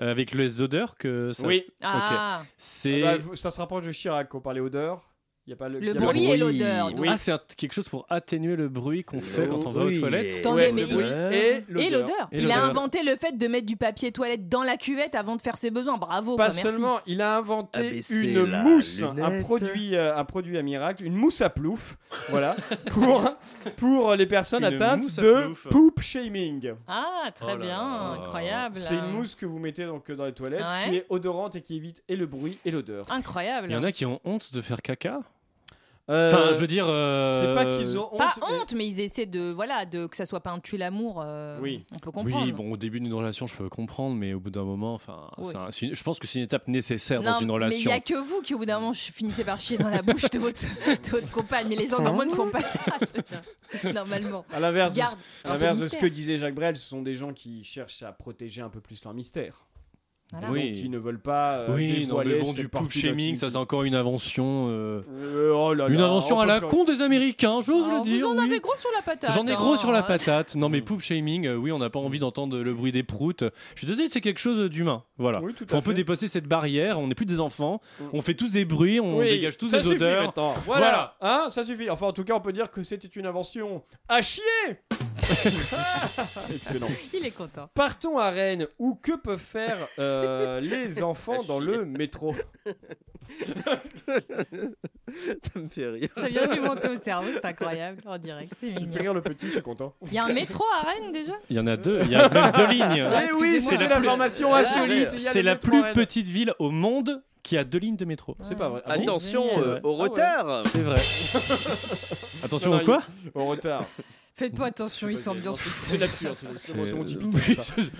L: Euh, Avec les odeurs que ça.
J: Oui.
L: Ok.
M: Ah.
L: C'est.
J: Bah, vous- ça se rapproche de Chirac, on parlait odeur. Il y a pas le,
M: Le
J: y a pas
M: bruit et l'odeur,
J: Oui.
L: Ah, c'est un- quelque chose pour atténuer le bruit qu'on fait quand on va aux
A: bruit.
L: toilettes.
M: Attendez,
J: Ouais,
M: mais
J: le
M: il-
J: bruit
M: Et l'odeur.
L: Et
M: Il a
L: l'odeur.
M: inventé le fait de mettre du papier toilette dans la cuvette avant de faire ses besoins. Bravo,
J: Pas
M: quoi, merci.
J: seulement, il a
L: Ah,
J: inventé
A: Abaisser
J: une
A: la
J: mousse, un
A: lunette.
J: produit, euh, un produit à miracle, une mousse à plouf, voilà, pour, pour les personnes
L: Une
J: atteintes
L: mousse à
J: de
L: plouf.
J: poop shaming.
M: Ah, très
L: Oh là
M: bien,
L: là.
M: incroyable.
J: C'est une mousse que vous mettez donc euh, dans les toilettes
M: Ouais.
J: qui est odorante et qui évite et le bruit et l'odeur.
M: Incroyable.
L: Il y en a qui ont honte de faire caca.
J: Euh,
L: Enfin, je veux dire. euh,
J: c'est pas qu'ils ont honte.
M: Pas
J: mais-
M: honte, mais ils essaient de voilà de que ça soit pas un tue l'amour. euh,
J: Oui.
M: On peut comprendre.
L: Oui, bon, au début d'une relation, je peux comprendre, mais au bout d'un moment, enfin,
M: Oui.
L: c'est un- c'est une- je pense que c'est une étape nécessaire
M: Non,
L: dans une
M: mais il y
L: relation.
M: a que vous qui au bout d'un moment je finissez par chier dans la bouche de votre, de votre compagne. Mais les gens dans le monde font pas ça. je veux dire. Normalement.
J: À l'inverse de,
M: Garde.
J: à l'inverse de ce que disait Jacques Brel, ce sont des gens qui cherchent à protéger un peu plus leur mystère.
M: Voilà.
L: Oui.
J: Donc, ils ne veulent pas. euh,
L: Oui, non, mais
J: dévoiler
L: bon,
J: cette
L: du poop
J: partie de
L: shaming,
J: l'activité.
L: ça c'est encore une invention. euh,
J: Euh, oh là
L: Une
J: là,
L: invention
J: on
L: à
J: peut
L: la
J: plus-
L: con des Américains, j'ose
M: Alors,
L: le dire.
M: Ah, vous en
L: oui.
M: avez gros sur la patate.
L: J'en ai gros
M: hein.
L: sur la patate. Non, mais poop shaming, euh, oui, on n'a pas envie d'entendre le bruit des proutes. Je suis désolé, c'est quelque chose d'humain. Voilà.
J: Oui, tout à
L: Faut un peu
J: fait.
L: dépasser cette barrière. On n'est plus des enfants.
J: Mm.
L: On fait tous des bruits, on
J: Oui,
L: dégage tous
J: ça
L: des
J: suffit
L: odeurs.
J: maintenant. Voilà, hein, ça suffit. Enfin, en tout cas, on peut dire que c'était une invention à chier. Excellent.
M: Il est content.
J: Partons à Rennes, où que peuvent faire euh, les enfants dans le métro
A: Ça me fait rire.
M: Ça vient de lui monter au cerveau, c'est incroyable en direct. C'est
J: Il fait
M: mignon.
J: rire le petit, je suis content.
M: Il y a un métro à Rennes déjà
L: Il y en a deux. Il y a même deux lignes.
J: Eh oui, c'était
M: excusez-moi. C'est la plus-
J: l'information
A: c'est-
J: insolite. il y a
L: C'est
J: le
L: la
J: métro
L: plus
J: à Rennes.
L: petite ville au monde qui a deux lignes de métro.
J: C'est pas vrai. Ah bon
A: Attention
L: C'est
A: euh,
L: vrai.
A: au
J: Ah ouais.
A: retard.
L: C'est vrai. Attention
J: Non,
L: au
J: non,
L: quoi
J: En retard.
M: Faites pas attention, il s'ambiance.
J: C'est l'absurde. C'est c'est mon typique.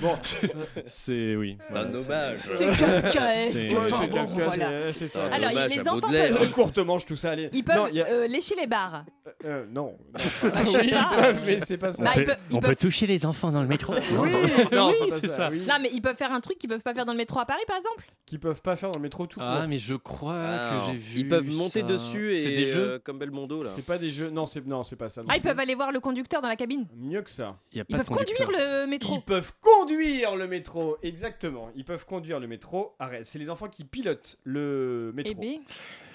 L: Bon, euh, c'est oui.
A: C'est un hommage.
M: C'est kafkaesque.
L: C'est-
J: Ouais,
M: Enfin,
J: c'est
M: bon,
J: Kafka,
M: voilà.
J: c'est- c'est ça.
M: Alors, il y a
A: Hommage
M: les
A: à
M: enfants
A: Baudelaire.
M: peuvent-
J: Euh, courte manche, tout ça. allez.
M: Ils peuvent
J: Non, il y a-
M: euh, lécher les barres.
J: euh, non. non.
M: je sais
J: Oui,
M: pas.
J: ils peuvent, mais c'est pas ça.
M: Bah, ils peuvent- ils peuvent-
L: toucher les enfants dans le métro.
J: Oui, non, c'est pas
L: c'est
J: ça.
L: ça.
J: oui.
M: Non, mais ils peuvent faire un truc qu'ils peuvent pas faire dans le métro à Paris, par exemple.
J: Qui peuvent pas faire dans le métro tout court.
L: Ah, mais je crois
A: Ah,
L: que j'ai vu.
A: Ils peuvent monter
L: ça.
A: dessus et
L: C'est des jeux.
A: euh, comme Belmondo là.
J: C'est pas des jeux. Non, c'est non, c'est pas ça. non
M: Ah, ils
J: plus.
M: peuvent aller voir le conducteur dans la cabine.
J: Mieux que ça.
L: Il y a
M: Ils
L: pas de
M: peuvent conduire
L: conducteur.
M: le métro.
J: Ils peuvent conduire le métro. Exactement. Ils peuvent conduire le métro. Arrête. C'est les enfants qui pilotent le
M: Eh
J: métro.
M: bien,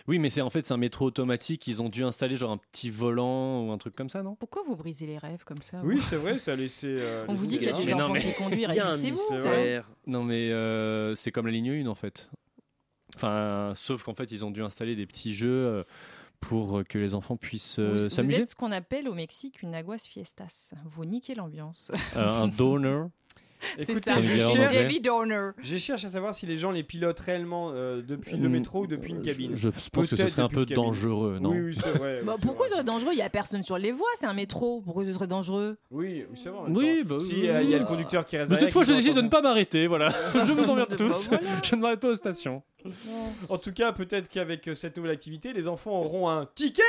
L: Oui, mais c'est en fait c'est un métro automatique. Ils ont dû installer genre un petit volant ou un truc comme ça, non
M: pourquoi vous brisez les rêves comme ça
J: Oui, c'est vrai. Ça a laissé. euh,
M: On
J: les
M: vous dit qu'il y a
A: Mais
M: des
L: non,
M: enfants
L: mais-
M: qui conduisent,
A: Il y a un
M: réjouissez-vous. hein. enfin.
A: mystère.
L: Non, mais euh, c'est comme la ligne 1 en fait. Enfin, sauf qu'en fait ils ont dû installer des petits jeux euh, pour euh, que les enfants puissent euh,
M: Vous, vous
L: s'amuser.
M: êtes ce qu'on appelle au Mexique une aguas fiestas. Vous niquez l'ambiance.
L: Euh, un donor.
M: C'est
J: Écoutez,
M: ça.
J: je
L: Comme dire en
J: cherche,
L: anglais.
M: David Horner.
J: je cherche à savoir si les gens les pilotent réellement euh, depuis le métro ou depuis une cabine.
L: Euh, Je, je pense que ce
J: Peut-être
L: serait un
J: depuis
L: peu
J: une cabine.
L: dangereux, non
J: Oui, oui, c'est vrai.
M: Bah,
J: oui, c'est
M: pourquoi ce
J: vrai.
M: serait dangereux Il y a personne sur les voies, c'est un métro. Pourquoi ce serait dangereux
J: Oui, oui, c'est vrai. en même
L: Oui,
J: temps.
L: bah,
J: si
L: oui,
J: euh, il y a
L: oui.
J: le conducteur qui reste.
L: Mais cette
J: derrière,
L: fois,
J: qui
L: je
J: doit
L: décide de ne
J: entendre.
L: pas m'arrêter, voilà. je vous emmerde
M: Bah,
L: tous. Je ne m'arrête pas aux stations.
J: En tout cas, peut-être qu'avec euh, cette nouvelle activité, les enfants auront un ticket.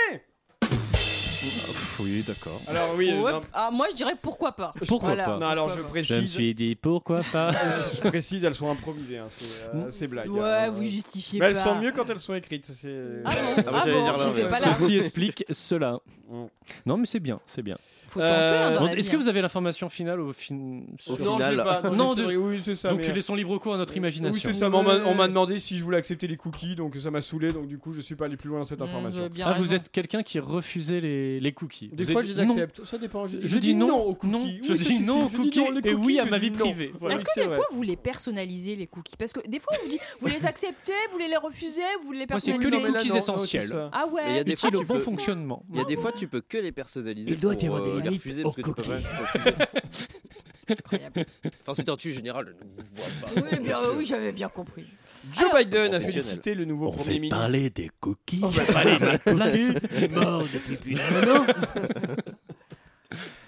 L: oui, d'accord.
J: Alors oui. euh,
M: Ouais,
J: non,
M: ah, moi, je dirais pourquoi pas.
L: Pourquoi pas
J: non, alors je
L: Je me
J: précise.
L: suis dit pourquoi pas.
J: Je précise, elles sont improvisées, hein, ces, euh, ces blagues.
M: Ouais,
J: hein.
M: vous justifiez
J: Mais
M: pas.
J: elles sont mieux quand elles sont écrites. C'est...
M: Ah
L: bah,
M: bon,
A: Ah, moi,
M: ah
A: j'allais
M: bon,
A: dire l'inverse.
M: j'étais pas là.
L: Ceci explique cela.
J: Mm.
L: Non, mais c'est bien, c'est bien.
M: Faut tenter. hein,
J: Euh,
M: dans
L: Bon,
M: la
L: Est-ce
M: vie,
L: que
M: hein.
L: vous avez l'information finale au fin
A: Au
L: sur-
J: non, je
A: final-
J: sais pas. Non,
L: Non,
J: j'ai-
L: de-
J: oui, c'est ça.
L: Donc
J: mais- euh,
L: tu laissons libre cours à notre
J: Oui,
L: imagination.
J: c'est ça. mais On m'a, on m'a demandé si je voulais accepter les cookies, donc ça m'a saoulé, donc du coup, je suis pas allé plus loin dans cette
M: Mmh,
J: information.
M: vous avez bien
L: Ah, vous
M: raison.
L: êtes quelqu'un qui refusait les, les cookies.
J: bah, Des
L: Vous
J: fois,
L: êtes-
J: je les
L: Non.
J: accepte. Ça dépend.
L: Je, dis non, aux cookies.
J: Oui,
L: je
J: ça
L: dis
J: suffit.
L: non aux
J: Je dis
L: cookies
J: non, les
L: et oui
J: cookies,
L: à
J: je
L: ma
J: dis
L: vie
J: non.
L: privée. Voilà.
M: Est-ce que
J: c'est
M: des
J: vrai.
M: fois vous les personnalisez les cookies Parce que des fois vous, dites, vous les acceptez, vous les les refusez, vous les
L: Moi, c'est que
M: personnalisez.
L: les
J: Non, mais là,
L: cookies
J: non, non,
L: essentiels.
J: c'est ça.
M: Ah ouais.
A: Et il y a des
M: Ah,
A: fois,
L: Utile
M: tu
L: au bon
M: fais ça
L: fonctionnement.
J: Bah,
A: Il y a des fois, tu peux que les personnaliser.
I: Il doit
A: pour,
I: y avoir des
A: euh, les
I: limites
A: refuser
I: aux
A: parce que tu peux pas-
M: Incroyable.
A: Enfin, c'est un tu général. je ne vois pas.
M: Oui, bien, euh, oui, j'avais bien compris.
J: Joe Biden a
A: Professionnel.
J: félicité le nouveau
I: On
J: Premier
I: fait
J: ministre.
I: parler des cookies. On va parler des cookies. Mort depuis plus longtemps.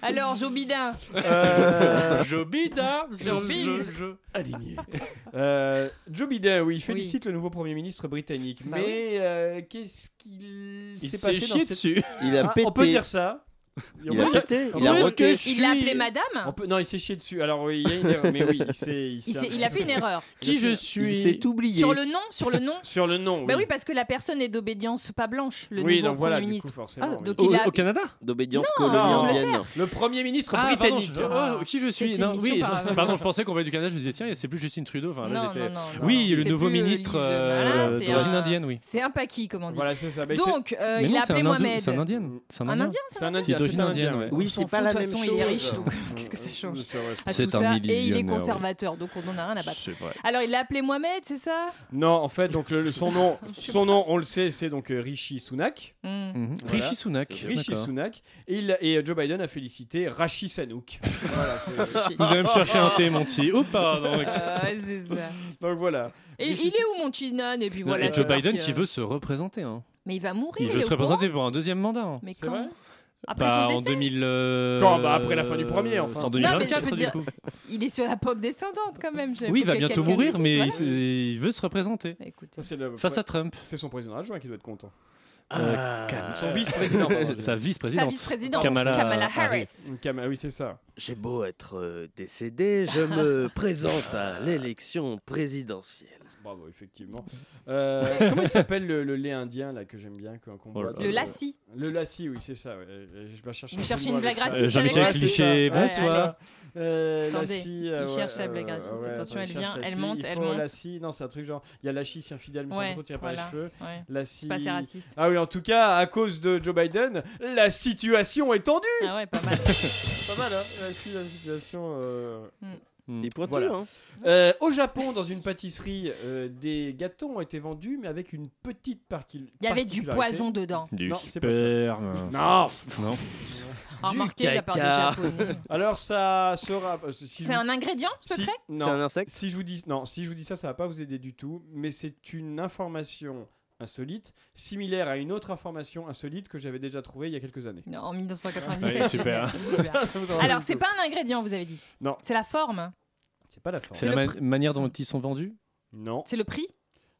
M: Alors, Jobidin.
J: Euh,
L: Jobida
M: Jobins.
L: Aligné.
J: Euh, Joe Biden, oui, il félicite
L: Oui.
J: le nouveau Premier ministre britannique.
L: Bah
J: mais euh, qu'est-ce qu'il
L: Il
J: s'est
L: s'est
J: passé
L: chié
J: dans cette-
L: dessus.
A: Il a
J: Ah, On peut
A: pété.
J: dire ça.
A: Il
J: On
A: a
J: peut dire-
A: pété,
J: on
A: il a
J: peut dire
A: roté.
J: que je
M: Il l'a
J: suis-
M: appelé madame
J: On peut- Non, il s'est chié dessus. Alors oui, il y a une erreur, mais oui, il s'est...
M: Ah. Il s'est- il a fait une erreur.
J: Qui je suis
A: Il s'est oublié.
M: Sur le nom, sur le nom.
J: Sur le nom, oui.
M: Bah oui, parce que la personne est d'obédience pas blanche, le
J: Oui,
M: nouveau
J: donc voilà, du
M: Premier
J: coup,
M: ministre. Ah,
J: forcément, oui.
M: donc il a...
L: Canada
A: D'obédience
M: Non, en
A: coloniale.
M: Angleterre.
J: Le Premier ministre
L: Ah, pardon,
J: britannique.
L: je- oh, qui je suis
M: Cette
L: Non, oui,
M: émission,
L: je-
M: par-
L: pardon, je pensais qu'on parlait du Canada, je me disais, tiens, c'est plus Justine Trudeau. Enfin, là,
M: Non,
L: j'étais-
M: non, non,
L: oui,
M: non,
L: le
M: c'est
L: nouveau
M: plus, euh,
L: ministre
M: Lise,
L: euh,
M: voilà, c'est
L: d'origine
M: un-
L: indienne, oui.
M: C'est un paquis, comme on dit.
J: Voilà, c'est ça. Mais
M: Donc, euh,
L: Mais
M: il
L: non,
M: a
L: c'est
M: appelé
L: un hindou-
M: Mohamed.
L: C'est un indien. C'est un
M: Un
L: indien.
M: Indien,
J: c'est- C'est un
L: C'est
J: indien.
L: d'origine indienne, ouais.
A: Oui,
M: On
A: c'est
M: s'en
A: pas
M: fout,
A: la
M: de toute
A: même
M: façon,
A: chose.
M: Il est riche, donc euh, qu'est-ce que ça change
J: C'est vrai,
M: à
L: C'est
M: tout
L: un
M: ça, et il est
L: millionnaire,
M: conservateur, donc on en a rien à battre.
L: C'est vrai.
M: Alors il l'a appelé Mohamed, c'est ça
J: Non, en fait, donc le- le- son nom, son nom, on le sait, c'est donc euh, Rishi Sunak.
M: Hmm.
L: Mhm.
J: Voilà.
L: Rishi Sunak.
J: Rishi
L: d'accord.
J: Sunak. Et, il- et euh, Joe Biden a félicité Rashi Sanouk. Voilà, c'est-
L: Vous allez me chercher un thé, mon petit. Ou pas non, ex-
M: Ah, c'est ça.
J: euh, donc voilà.
M: Et il est où mon cheese naan Et puis
L: Non,
M: voilà.
L: et
M: c'est
L: Joe
M: parti,
L: Biden
M: euh.
L: qui veut se représenter. hein.
M: Mais il va mourir.
L: Il
M: est
L: veut
M: au
L: se représenter pour un deuxième mandat. hein.
M: courant Mais
J: C'est
M: quand
J: vrai
M: Après
L: Bah,
M: son
L: en
M: décès
L: 2000. euh,
J: Quand Bah, après la fin du premier, enfin.
L: c'est En
J: Non, mais
M: je veux
L: 2024, du
M: dire-
L: coup.
M: Il est sur la pente descendante quand même. je-
L: Oui, il
M: faut
L: va
M: que
L: bientôt
M: quelqu'un
L: mourir,
M: lui
L: mais
M: dise,
L: il,
M: voilà.
L: se- il veut se représenter.
M: Bah, écoute.
J: Ça, c'est le-
L: Face à Trump.
J: C'est son président adjoint qui doit être content.
L: Euh,
J: Ah, Son vice-président. pardon.
L: Sa
M: Sa
L: vice-présidente.
M: vice-présidente,
L: Kamala
M: Kamala,
L: Harris.
M: Harris.
J: Cam- ah Oui, c'est ça.
A: J'ai beau être euh, décédé, je me présente à l'élection présidentielle.
J: Bravo, effectivement. Euh, comment il s'appelle le, le lait indien là que j'aime bien qu'on qu'on
L: Oh là
J: boit
L: là.
J: dans
M: Le lassi.
J: Le lassi, oui, c'est ça. ouais. Euh, Je vais chercher
M: Vous
J: un
M: cherchez
J: mot
M: une
J: avec
M: blague
J: ça.
M: raciste
L: Euh, Jean-Michel
M: avec-
L: Cliché,
M: Ouais, c'est
L: bonsoir.
J: Euh,
M: Attendez,
J: lassi, euh,
M: il
J: ouais,
M: cherche la
J: euh,
M: blague raciste, attention,
J: attends,
M: elle
J: il
M: vient,
J: cherche
M: elle
J: lassi,
M: monte,
J: il
M: elle
J: faut
M: monte.
J: Lassi, non, c'est un truc genre, il y a lassi, c'est un fidèle, mais c'est un
M: Ouais,
J: truc tiré par
M: voilà.
J: les cheveux.
M: Ouais.
J: Lassi.
M: C'est pas assez raciste.
J: Ah oui, en tout cas, à cause de Joe Biden, la situation est tendue.
M: Ah ouais, pas mal.
J: Pas mal, hein Lassi, la situation. euh,
A: Il est pointu,
J: Voilà.
A: hein
J: Euh, au Japon, dans une pâtisserie, euh, des gâteaux ont été vendus, mais avec une petite partie.
M: Il y avait du poison dedans.
L: Du
J: Non, c'est pas ça.
L: sperme.
J: Non.
L: Non.
M: Remarqué de la part des
A: caca.
M: Japonais.
J: Alors ça sera. euh, si je
M: C'est
J: vous-
M: un ingrédient
J: si-
M: secret
A: C'est un
J: Non.
A: insecte
J: Si je vous dis non, si je vous dis ça, ça va pas vous aider du tout. Mais c'est une information insolite, similaire à une autre information insolite que j'avais déjà trouvée il y a quelques années.
M: Non, En
L: Ouais,
M: 1997.
L: super.
J: Ça vous en
M: Alors,
J: dit
M: c'est
J: tout.
M: pas un ingrédient, vous avez dit.
J: Non.
M: C'est la forme,
J: C'est pas la forme.
L: C'est la
M: le
L: ma- manière dont ils sont vendus
J: Non,
M: c'est le prix,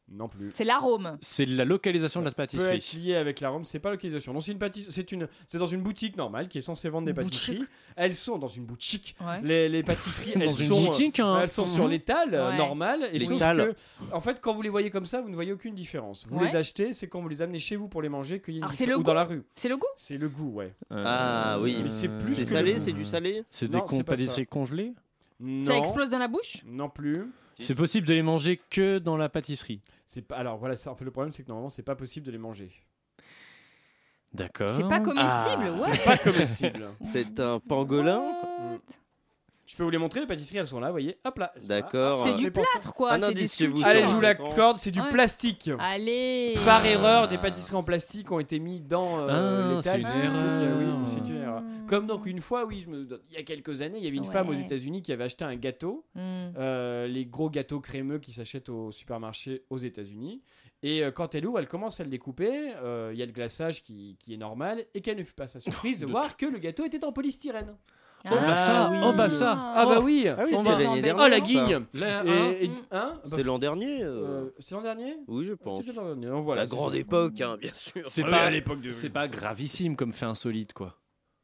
J: non plus.
M: c'est l'arôme.
L: C'est la localisation de la
J: Peut être
L: pâtisserie.
J: lié avec la Rome, c'est pas localisation. Non, c'est une pâtisserie, c'est une, c'est dans une boutique normale qui est censée vendre des pâtisseries. Elles sont dans une boutique.
M: Ouais.
J: Les, les pâtisseries, elles
L: Dans une
J: sont, euh,
L: boutique, hein.
J: elles sont sur l'étal euh,
M: Ouais.
J: normal. Et
A: Les
J: sauf
A: tales.
J: que, en fait, quand vous les voyez comme ça, vous ne voyez aucune différence. Vous
M: Ouais.
J: les achetez, c'est quand vous les amenez chez vous pour les manger qu'il y a une
M: Alors, c'est
J: différence-
M: le
J: ou dans
M: goût.
J: la rue.
M: C'est le goût
J: C'est le goût, ouais.
L: Euh,
A: Ah, oui.
J: Mais c'est plus
A: C'est
J: que
A: salé,
J: le-
A: c'est du salé
L: C'est des
J: Non, c'est
L: con-
J: pas ça.
L: pâtisseries congelées
J: Non,
M: Ça explose dans la bouche
J: non plus.
L: C'est possible de les manger que dans la pâtisserie.
J: C'est pas. Alors voilà, ça, en fait, le problème c'est que normalement c'est pas possible de les manger.
L: D'accord.
M: C'est pas comestible,
A: Ah,
M: ouais. Mmh.
J: Pas comestible.
A: C'est un pangolin
J: Je peux vous les montrer, les pâtisseries, elles sont là, vous voyez. Hop là. elles sont là.
A: D'accord.
M: C'est du
J: Mais pourtant-
M: plâtre, quoi.
A: Un
M: c'est des
A: indice chez vous,
M: sculptures.
A: ça.
J: Allez,
A: Sur
J: je vous
A: la-
J: l'accorde, c'est du
M: Ouais.
J: plastique.
M: Allez.
J: Par erreur, des pâtisseries en plastique ont été mis dans euh,
L: Ah,
J: l'étal.
L: c'est
J: C'est euh,
L: une erreur.
J: oui, oui, c'est une erreur.
M: Mmh.
J: Comme donc une fois, oui, je me- il y a quelques années, il y avait une
M: Ouais.
J: femme aux États-Unis qui avait acheté un gâteau,
M: Hmm.
J: euh, les gros gâteaux crémeux qui s'achètent au supermarché aux États-Unis. Et euh, quand elle ouvre, elle commence à le découper. euh, Il y a le glaçage qui, qui est normal, et qu'elle ne fut pas sa surprise de
L: De-
J: voir que le gâteau était en polystyrène.
M: Ah,
L: Oh bah ça, oh bah ça.
J: Ah, bah oui.
A: Ah oui,
M: On
A: c'est
M: va-
A: l'année
M: Oh,
A: dernière.
J: Oh la
A: ça.
J: guigne.
L: Là,
J: Et, et-
M: Mm.
J: hein
A: C'était l'an dernier euh,
J: Euh, C'est l'an dernier.
A: Oui, je pense.
J: C'était l'an dernier, voilà,
A: la
J: c'est
A: grande
J: ça.
A: époque, hein, bien sûr.
L: C'est
J: Ah oui,
L: pas
J: à l'époque de-
L: C'est pas gravissime comme fait insolite quoi.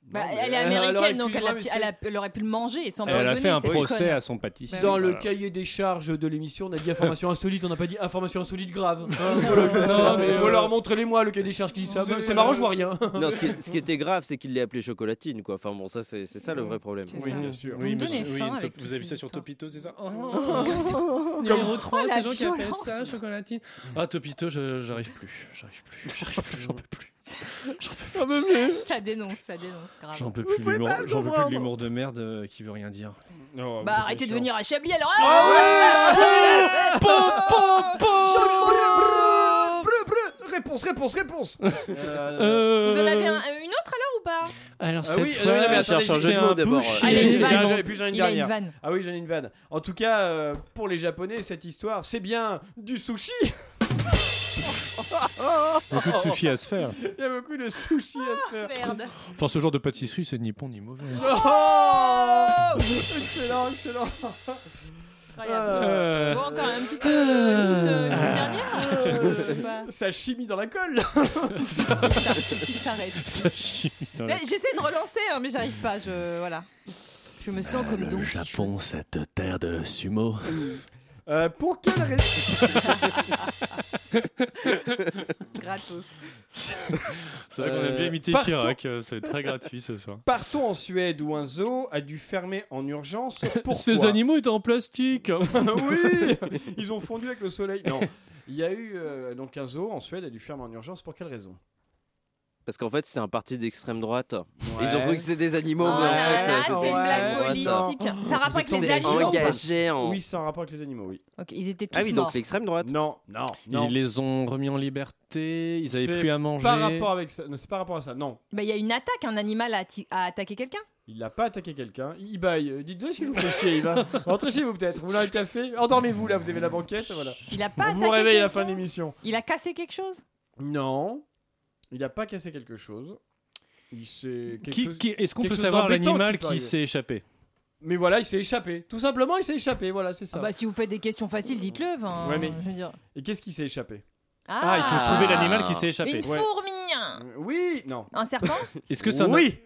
M: Bah,
J: Non, mais-
M: elle est
J: Alors,
M: américaine,
J: aurait pu-
M: donc elle,
J: ouais,
M: a-
J: mais c'est-
M: elle a- elle aurait pu le manger sans
L: Elle a
M: poisonner,
L: fait un
M: cette
L: procès
M: conne.
L: à son pâtissier.
J: Dans
L: Voilà.
J: le cahier des charges de l'émission, on a dit information insolite, on n'a pas dit information insolite grave.
L: Non, mais, euh,
J: alors montrez-les-moi le cahier des charges qui dit ça.
L: C'est-
J: C'est marrant, je vois rien.
A: Non, ce qui, ce qui était grave, c'est qu'il l'ait appelé chocolatine, quoi. Enfin bon, ça, c'est c'est ça le vrai problème.
M: C'est ça.
L: sûr.
M: Vous me donnez faim avec Oh. toutes ces histoires.
L: Topito, c'est ça Numéro 3,
M: Oh, la
L: ces gens qui appellent
M: violence.
L: ça chocolatine. Ah, Topito, je- j'arrive plus. J'arrive plus. J'arrive plus. J'en peux plus. J'en peux plus. de ça.
M: Ça dénonce, ça dénonce, grave.
L: J'en peux plus de l'humour- j'en peux plus de l'humour de merde euh, qui veut rien dire.
M: Bah arrêtez de venir à Chablis alors.
J: Ah
M: Ah,
J: Ah
M: Euh,
J: Réponse, réponse, réponse. Euh,
M: Vous en avez un- euh, une autre alors ou pas
L: Euh, Alors
J: Ah
L: cette
J: oui,
L: fois,
J: non, mais attendez,
A: cherche un
L: c'est
A: jeu de mots
L: un
A: d'abord.
L: bullshit.
M: Allez,
J: J'ai-
M: une vanne.
J: j'ai- puis j'en ai une
M: Il a une
J: dernière.
M: vanne.
J: Ah oui, j'en ai une vanne. En tout cas, euh, pour les Japonais, cette histoire, c'est bien du sushi.
L: Beaucoup de sushi à se faire.
J: Il y a beaucoup de sushi à se faire.
M: Ah, Merde.
L: Enfin, ce genre de pâtisserie, c'est ni bon ni mauvais.
J: Oh excellent, excellent.
M: Euh, Bon, encore une petite, euh, une petite, euh, une petite dernière. euh, bah.
J: Ça chimie dans la colle.
M: Il s'arrête.
L: Ça chimie dans la
M: Là, J'essaie de relancer, hein, mais j'arrive pas. Je voilà. Je me sens
A: Euh,
M: comme
I: Le
M: donc.
I: Japon, cette terre de sumo.
J: Euh, pour quelle raison
M: Gratos.
L: C'est vrai qu'on a bien
J: Euh,
L: imité
J: partons.
L: Chirac, euh, c'est très gratuit ce soir.
J: Partons en Suède où un zoo a dû fermer en urgence. Pourquoi
L: Ces animaux étaient en plastique.
J: Ah oui Ils ont fondu avec le soleil. Non. Il y a eu euh, donc un zoo en Suède a dû fermer en urgence pour quelle raison
A: Parce qu'en fait, c'est un parti d'extrême droite. Et Ils
J: Ouais.
A: ont cru que c'était des animaux,
J: Oh
M: Ah,
A: mais en
J: là
A: fait.
J: là,
A: euh,
J: c'est
A: c'était-
J: une blague
A: Attends.
M: politique. Ça a rapport avec
A: Ils
M: les
A: sont
M: animaux. ou pas
A: engagés en-
J: Oui, c'est un rapport avec les animaux, oui.
M: Ok, ils étaient tous
A: Ah oui,
M: morts.
A: donc l'extrême droite.
J: Non, non, non.
L: Ils les ont remis en liberté, ils
J: C'est
L: avaient plus à manger.
J: Par rapport avec ça, non, c'est par rapport à ça. Non,
M: Bah, il y a une attaque. Un animal a, atti- a attaqué quelqu'un.
J: il n'a pas attaqué quelqu'un. Il baille. Euh, Dites-le si je vous fais chier, il va. Rentrez chez vous peut-être. Vous voulez un café Endormez-vous là, vous avez la banquette, voilà.
M: Il a
J: On
M: pas attaqué.
J: vous réveille à la
M: quelqu'un.
J: fin de l'émission.
M: Il a cassé quelque chose.
J: Non, il n'a pas cassé quelque chose. Il s'est quelque
L: Qui-
J: chose-
L: qui- Est-ce qu'on
J: quelque
L: peut
J: chose
L: savoir
J: d'embêtant
L: l'animal
J: peut
L: qui
J: arriver.
L: s'est échappé
J: Mais voilà, il s'est échappé. Tout simplement, il s'est échappé. Voilà, c'est ça.
M: Ah bah, si vous faites des questions faciles, dites-le. enfin,
J: Ouais, mais-
M: je veux dire.
J: Et qu'est-ce qui s'est échappé
L: Ah, il faut trouver l'animal qui s'est
M: Mais
L: échappé.
M: Une
J: Ouais.
M: fourmi.
J: Oui, non.
M: Un serpent.
L: Est-ce que ça
J: oui,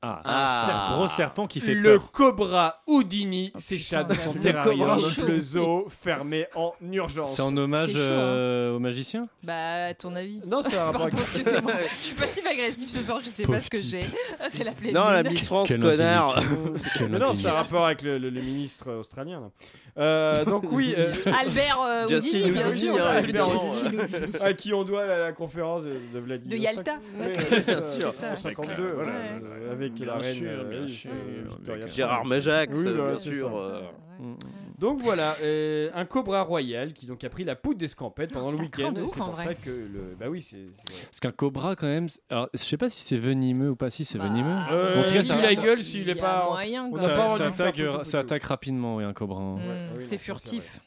L: Ah,
A: Ah.
L: un cer- gros serpent qui fait
J: le
L: peur.
J: cobra
M: Oh,
J: Houdini s'échappe de son
M: j'avoue.
J: terrarium.
M: Le cobra.
J: Le zoo fermé en urgence.
L: C'est en hommage
M: C'est chaud,
L: euh, au magicien
M: Bah, à ton avis.
J: Non, c'est un rapport
M: Pardon,
J: avec-
M: excusez-moi. Je suis passive-agressive ce soir, je sais pas
L: Pauvre
M: ce que
L: type.
M: j'ai. Ah, C'est la plaie.
A: Non, la Miss France, connard.
L: Quelle
J: Mais non,
L: indignité.
J: c'est un rapport avec le, le- le ministre australien. là. Euh, donc oui, euh,
M: Albert euh,
A: Justin
M: Houdini, bien
J: Houdini,
M: sûr.
J: hein,
M: Albert
J: évidemment.
M: Justin Houdini.
J: à qui on doit la, la conférence de, de Vladimir.
M: De Yalta.
J: Oui,
M: Ouais.
J: c'est ça,
A: Bien sûr.
J: en
M: C'est ça.
J: 52,
M: Voilà,
J: euh,
L: voilà.
J: avec
L: Bien
J: la reine
L: sûr,
J: euh,
L: bien
J: oui,
L: sûr,
J: euh,
L: avec
J: Victoria.
A: Gérard Majax,
J: Oui, voilà,
A: bien
J: c'est
A: sûr.
J: ça.
A: euh,
L: Mm.
J: Donc voilà, euh, un cobra royal qui donc a pris la poudre d'escampette pendant le
M: Ah, Ça craint
J: week-end.
M: de ouf,
J: C'est
M: en
J: pour
M: vrai.
J: ça que le. Bah oui, c'est. c'est-
L: Parce qu'un cobra, quand même. c'est- Alors, je sais pas si c'est venimeux ou pas, si c'est
M: Bah,
L: venimeux.
J: Euh,
L: en tout cas, ça-
J: il a la gueule s'il
M: Il
J: est
M: y a
J: pas.
M: moyen,
J: on
M: quoi.
J: a pas
L: Ça,
J: envie
L: ça
J: de faire
L: attaque, euh,
J: tout, tout, tout,
L: ça
J: tout.
L: attaque rapidement, oui, un cobra. hein.
M: Mm,
J: Ouais, ah oui, non,
M: c'est
J: ça,
M: furtif.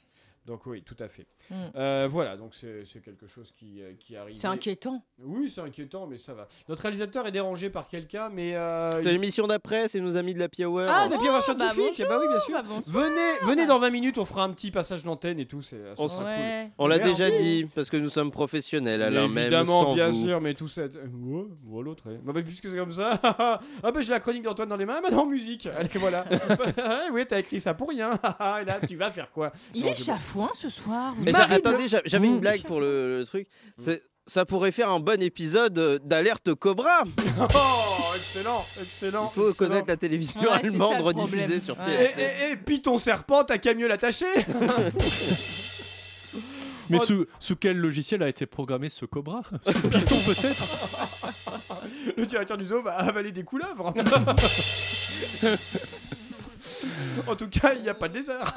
J: Donc oui, tout à fait.
M: Mm.
J: Euh, voilà, donc c'est c'est quelque chose qui, euh, qui arrive.
M: C'est inquiétant.
J: Oui, c'est inquiétant, mais ça va. Notre réalisateur est dérangé par quelqu'un, mais. euh,
A: C'est l'émission d'après, c'est nos amis de la E. Hour.
J: Ah, des pires
M: bah
J: scientifiques Eh Bah oui, bien sûr
M: Ah, bon.
J: Venez, venez dans 20 minutes, on fera un petit passage d'antenne et tout. C'est ça
A: On
J: sera cool.
M: Ouais.
A: On l'a
J: Merci.
A: déjà dit, parce que nous sommes professionnels, alors
J: Mais
A: même
J: évidemment,
A: sans
J: bien
A: vous.
J: sûr, mais tout ça. euh, ouais, ouais, l'autre. eh. Bah, bah, puisque c'est comme ça. ah bah, j'ai la chronique d'Antoine dans les mains, maintenant musique. Allez, voilà. Ah, oui, t'as écrit ça pour rien. Ah, et là, tu vas faire quoi
M: Il
J: Non,
M: est
J: c'est bon.
M: chafouin ce soir. vous
A: Mais
M: dites-
A: j'a- attendez, j'a- j'avais
M: Mmh.
L: Mm.
A: une blague pour le, le truc. C'est- Ça pourrait faire un bon épisode euh, d'Alerte Cobra.
J: Oh, excellent, excellent.
A: Il faut
J: excellent.
A: connaître la télévision
M: Ouais, c'est ça,
A: allemande
M: le
A: rediffusée
M: problème.
A: sur
M: Ouais.
A: TF.
J: Et, et, et puis ton serpent, t'as qu'à mieux l'attacher
L: Mais
J: Oh.
L: sous, sous quel logiciel a été programmé ce cobra Sous Python peut-être
J: Le directeur du zoo va avaler des couleuvres En tout cas, il n'y a pas de lézard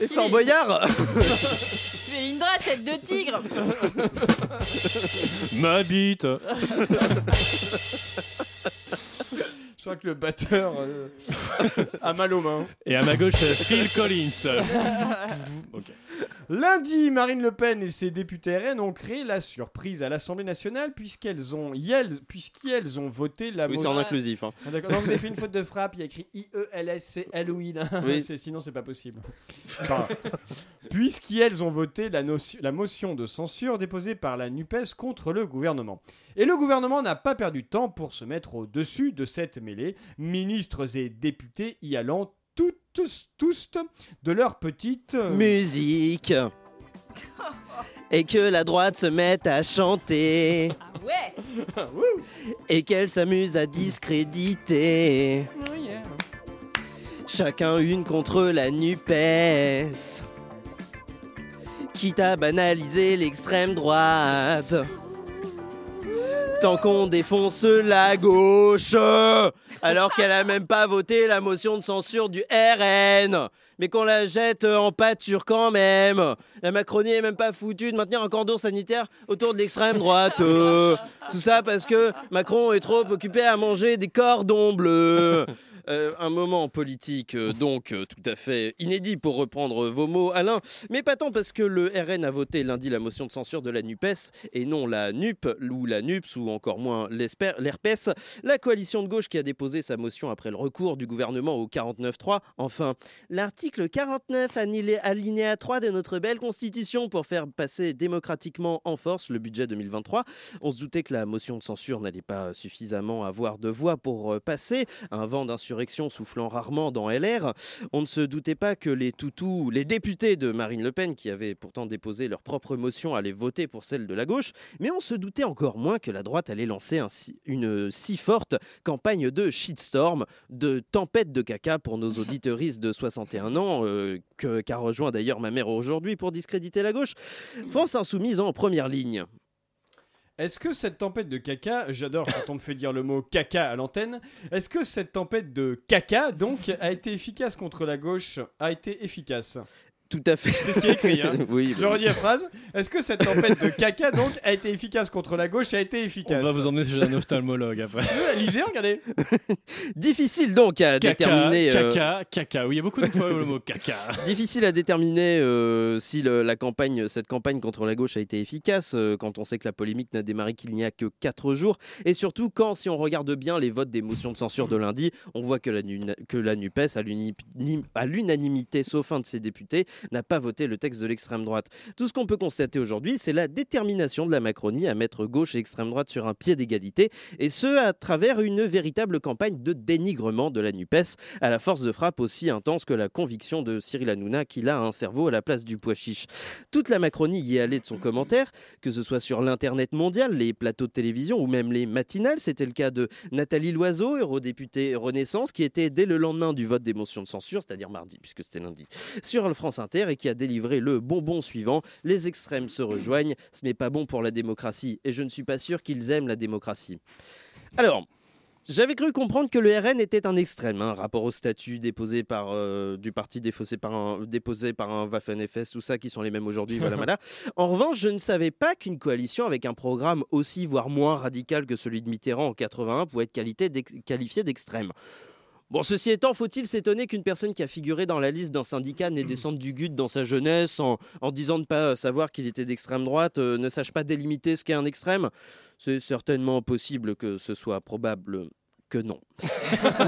A: Et Fort Boyard
M: Tu es Indra, tête de tigre.
L: Ma bite
J: Je crois que le batteur euh, a mal aux mains.
L: Et à ma gauche, Phil Collins.
J: Lundi, Marine Le Pen et ses députés RN ont créé la surprise à l'Assemblée nationale puisqu'elles ont, y elles- puisqu'elles ont voté la
A: Oui, c'est
J: motion.
A: en inclusif. hein.
J: Ah, d'accord. non, vous avez fait une faute de frappe, il y a écrit E I-E-L-S-C Halloween.
A: Oui.
J: C'est- sinon, c'est pas possible. Enfin, Puisqu'elles ont voté la, notion- la motion de censure déposée par la NUPES E contre le gouvernement. Et le gouvernement n'a pas perdu de temps pour se mettre au-dessus de cette mêlée, ministres et députés y allant toutes, tous de leur petite. euh,
A: Musique Et que la droite se mette à chanter
M: Ah ouais.
A: Et qu'elle s'amuse à discréditer
J: oh yeah.
A: Chacun une contre la NUPES. Quitte à banaliser l'extrême droite. Tant qu'on défonce la gauche, alors qu'elle a même pas voté la motion de censure du RN, mais qu'on la jette en pâture quand même. La Macronie est même pas foutue de maintenir un cordon sanitaire autour de l'extrême droite. Euh, Tout ça parce que Macron est trop occupé à manger des cordons bleus. Euh, un moment politique euh, donc euh, tout à fait inédit pour reprendre vos mots, Alain, mais pas tant parce que le RN a voté lundi la motion de censure de la NUPES et non la NUP ou la NUPS ou encore moins l'ESPER- l'ERPES, la coalition de gauche qui a déposé sa motion après le recours du gouvernement au 49-3. Enfin, l'article 49 annulé- alinéa 3 de notre belle constitution pour faire passer démocratiquement en force le budget 2023. On se doutait que la motion de censure n'allait pas suffisamment avoir de voix pour euh, passer, un vent d'insurrection soufflant rarement dans LR. On ne se doutait pas que les toutous, les députés de Marine Le Pen, qui avaient pourtant déposé leur propre motion, allaient voter pour celle de la gauche, mais on se doutait encore moins que la droite allait lancer un si- une si forte campagne de shitstorm, de tempête de caca pour nos auditeuristes de 61 ans, euh, que- qu'a rejoint d'ailleurs ma mère aujourd'hui pour discréditer la gauche. France insoumise en première ligne.
J: Est-ce que cette tempête de caca, j'adore quand on me fait dire le mot caca à l'antenne, est-ce que cette tempête de caca, donc, a été efficace contre la gauche A été efficace
A: Tout à fait.
J: C'est ce qui est écrit. Hein.
A: Oui,
J: Je
A: bah.
J: redis la phrase. Est-ce que cette tempête de caca, donc, a été efficace contre la gauche A été
L: On
J: efficace
L: va vous emmener chez un ophtalmologue après.
J: Euh, L'IG, regardez.
A: bah. Difficile donc à déterminer. euh,
L: Caca, caca. Oui, il y a beaucoup de fois où le mot caca.
A: Difficile à déterminer euh, si le- la campagne, cette campagne contre la gauche a été efficace, euh, quand on sait que la polémique n'a démarré qu'il n'y a que 4 jours, et surtout quand, si on regarde bien les votes des motions de censure de lundi, on voit que la, Nu- que la NUPES, à l'uni- nim- à l'unanimité, sauf un de ses députés, n'a pas voté le texte de l'extrême droite. Tout ce qu'on peut constater aujourd'hui, c'est la détermination de la Macronie à mettre gauche et extrême droite sur un pied d'égalité, et ce, à travers une véritable campagne de dénigrement de la NUPES, à la force de frappe aussi intense que la conviction de Cyril Hanouna qu'il a un cerveau à la place du pois chiche. Toute la Macronie y est allée de son commentaire, que ce soit sur l'Internet mondial, les plateaux de télévision ou même les matinales. C'était le cas de Nathalie Loiseau, eurodéputée Renaissance, qui était dès le lendemain du vote des motions de censure, c'est-à-dire mardi, puisque c'était lundi, sur le France Inter et qui a délivré le bonbon suivant. Les extrêmes se rejoignent, ce n'est pas bon pour la démocratie et je ne suis pas sûr qu'ils aiment la démocratie. Alors, j'avais cru comprendre que le RN était un extrême, hein, rapport au statut déposé par euh, du parti défaussé par un, déposé par un Waffen-FS, tout ça, qui sont les mêmes aujourd'hui, voilà, voilà. En revanche, je ne savais pas qu'une coalition avec un programme aussi, voire moins radical que celui de Mitterrand en 81 pouvait être qualité d'ex- qualifiée d'extrême. Bon, ceci étant, faut-il s'étonner qu'une personne qui a figuré dans la liste d'un syndicat n'ait descendre du GUD dans sa jeunesse en, en disant ne pas euh, savoir qu'il était d'extrême droite euh, ne sache pas délimiter ce qu'est un extrême C'est certainement possible que ce soit probable que non.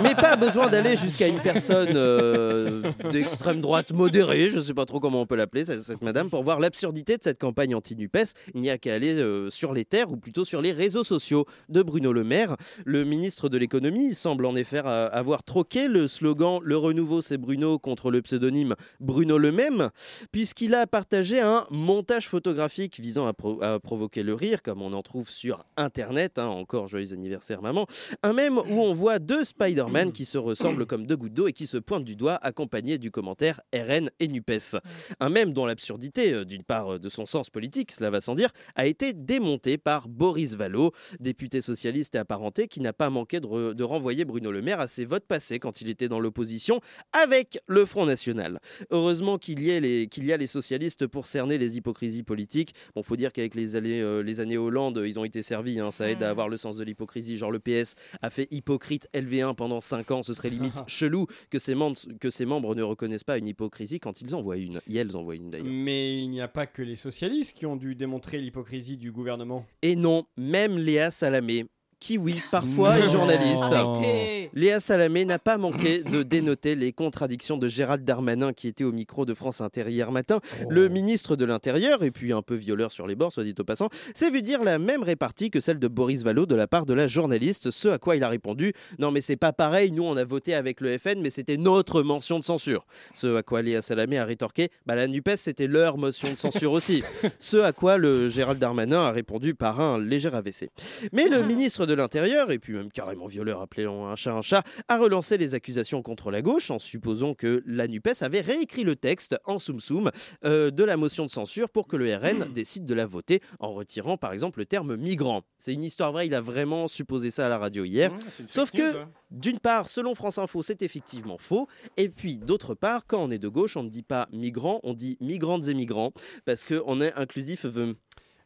A: Mais pas besoin d'aller jusqu'à une personne euh, d'extrême droite modérée, je ne sais pas trop comment on peut l'appeler, cette, cette madame, pour voir l'absurdité de cette campagne anti-NUPES. Il n'y a qu'à aller euh, sur les terres, ou plutôt sur les réseaux sociaux de Bruno Le Maire. Le ministre de l'économie semble en effet euh, avoir troqué le slogan Le renouveau c'est Bruno contre le pseudonyme Bruno Le Même, puisqu'il a partagé un montage photographique visant à, pro- à provoquer le rire, comme on en trouve sur Internet, hein, encore joyeux anniversaire maman, un même où on voit deux Spider-Man qui se ressemblent comme deux gouttes d'eau et qui se pointent du doigt accompagnés du commentaire RN et NUPES. Un même dont l'absurdité, euh, d'une part euh, de son sens politique, cela va sans dire, a été démonté par Boris Vallaud, député socialiste et apparenté, qui n'a pas manqué de, re- de renvoyer Bruno Le Maire à ses votes passés quand il était dans l'opposition avec le Front National. Heureusement qu'il y, ait les- qu'il y a les socialistes pour cerner les hypocrisies politiques. Bon, faut dire qu'avec les, allées- euh, les années Hollande, ils ont été servis, hein, ça aide à avoir le sens de l'hypocrisie. Genre le PS a fait hypocrite LV1 pendant 5 ans, ce serait limite chelou que ses, membres, que ses membres ne reconnaissent pas une hypocrisie quand ils en voient une. Et elles en voient une d'ailleurs.
J: Mais il n'y a pas que les socialistes qui ont dû démontrer l'hypocrisie du gouvernement.
A: Et non, même Léa Salamé, qui oui, parfois est
J: Non.
A: journaliste.
M: Ah,
J: Arrêtez.
A: Léa Salamé n'a pas manqué de dénoter les contradictions de Gérald Darmanin qui était au micro de France Inter hier matin. Le ministre de l'Intérieur, et puis un peu violeur sur les bords, soit dit au passant, s'est vu dire la même répartie que celle de Boris Vallaud de la part de la journaliste, ce à quoi il a répondu « Non mais c'est pas pareil, nous on a voté avec le FN mais c'était notre mention de censure ». Ce à quoi Léa Salamé a rétorqué bah, « La NUPES c'était leur motion de censure aussi ». Ce à quoi le Gérald Darmanin a répondu par un léger AVC. Mais le ministre de l'Intérieur, et puis même carrément violeur appelant un chat un chat, a relancé les accusations contre la gauche en supposant que la NUPES avait réécrit le texte en soum-soum euh, de la motion de censure pour que le RN décide de la voter en retirant par exemple le terme migrant. C'est une histoire vraie, il a vraiment supposé ça à la radio hier.
L: Mmh.
A: Sauf
J: fake news,
A: que
J: ouais.
A: d'une part, selon France Info, c'est effectivement faux. Et puis, d'autre part, quand on est de gauche, on ne dit pas migrants, on dit migrantes et migrants, parce qu'on est inclusif.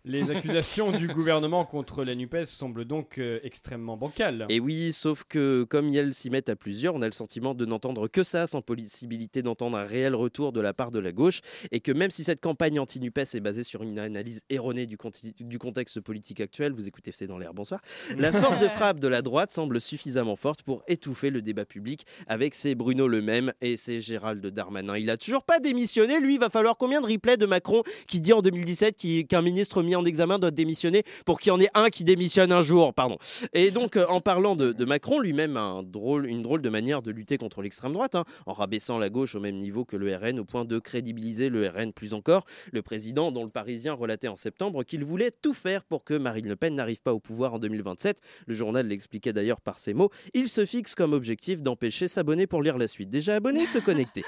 J: Les accusations du gouvernement contre la NUPES semblent donc euh, extrêmement bancales.
A: Et oui, sauf que comme Yel s'y met à plusieurs, on a le sentiment de n'entendre que ça, sans possibilité d'entendre un réel retour de la part de la gauche, et que même si cette campagne anti-NUPES est basée sur une analyse erronée du, conti- du contexte politique actuel, vous écoutez C'est dans l'air, bonsoir, la force de frappe de la droite semble suffisamment forte pour étouffer le débat public avec ses Bruno Le Même et ses Gérald Darmanin. Il a toujours pas démissionné, lui, il va falloir combien de replays de Macron qui dit en 2017 qui- qu'un ministre mis en examen doit démissionner pour qu'il y en ait un qui démissionne un jour, pardon. Et donc, euh, en parlant de, de Macron, lui-même a un drôle, une drôle de manière de lutter contre l'extrême droite, hein, en rabaissant la gauche au même niveau que le RN, au point de crédibiliser le RN plus encore. Le président, dont le Parisien relatait en septembre qu'il voulait tout faire pour que Marine Le Pen n'arrive pas au pouvoir en 2027. Le journal l'expliquait d'ailleurs par ces mots. Il se fixe comme objectif d'empêcher s'abonner pour lire la suite. Déjà abonné, se connecter.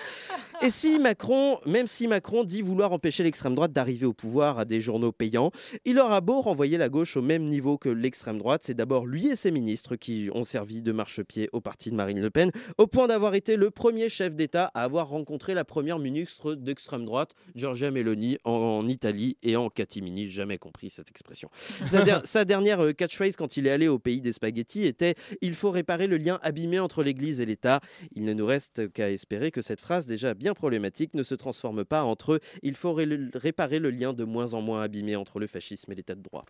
A: Et si Macron, même si Macron dit vouloir empêcher l'extrême droite d'arriver au pouvoir à des journaux payants, il aura beau renvoyer la gauche au même niveau que l'extrême droite, c'est d'abord lui et ses ministres qui ont servi de marchepied au parti de Marine Le Pen, au point d'avoir été le premier chef d'État à avoir rencontré la première ministre d'extrême droite, Giorgia Meloni, en, en Italie et en catimini. Jamais compris cette expression. Sa, der- sa dernière euh, catchphrase quand il est allé au pays des spaghettis était Il faut réparer le lien abîmé entre l'Église et l'État. Il ne nous reste qu'à espérer que cette phrase, déjà bien problématique, ne se transforme pas entre Il faut ré- réparer le lien de moins en moins abîmé entre le fascisme et l'État de droit.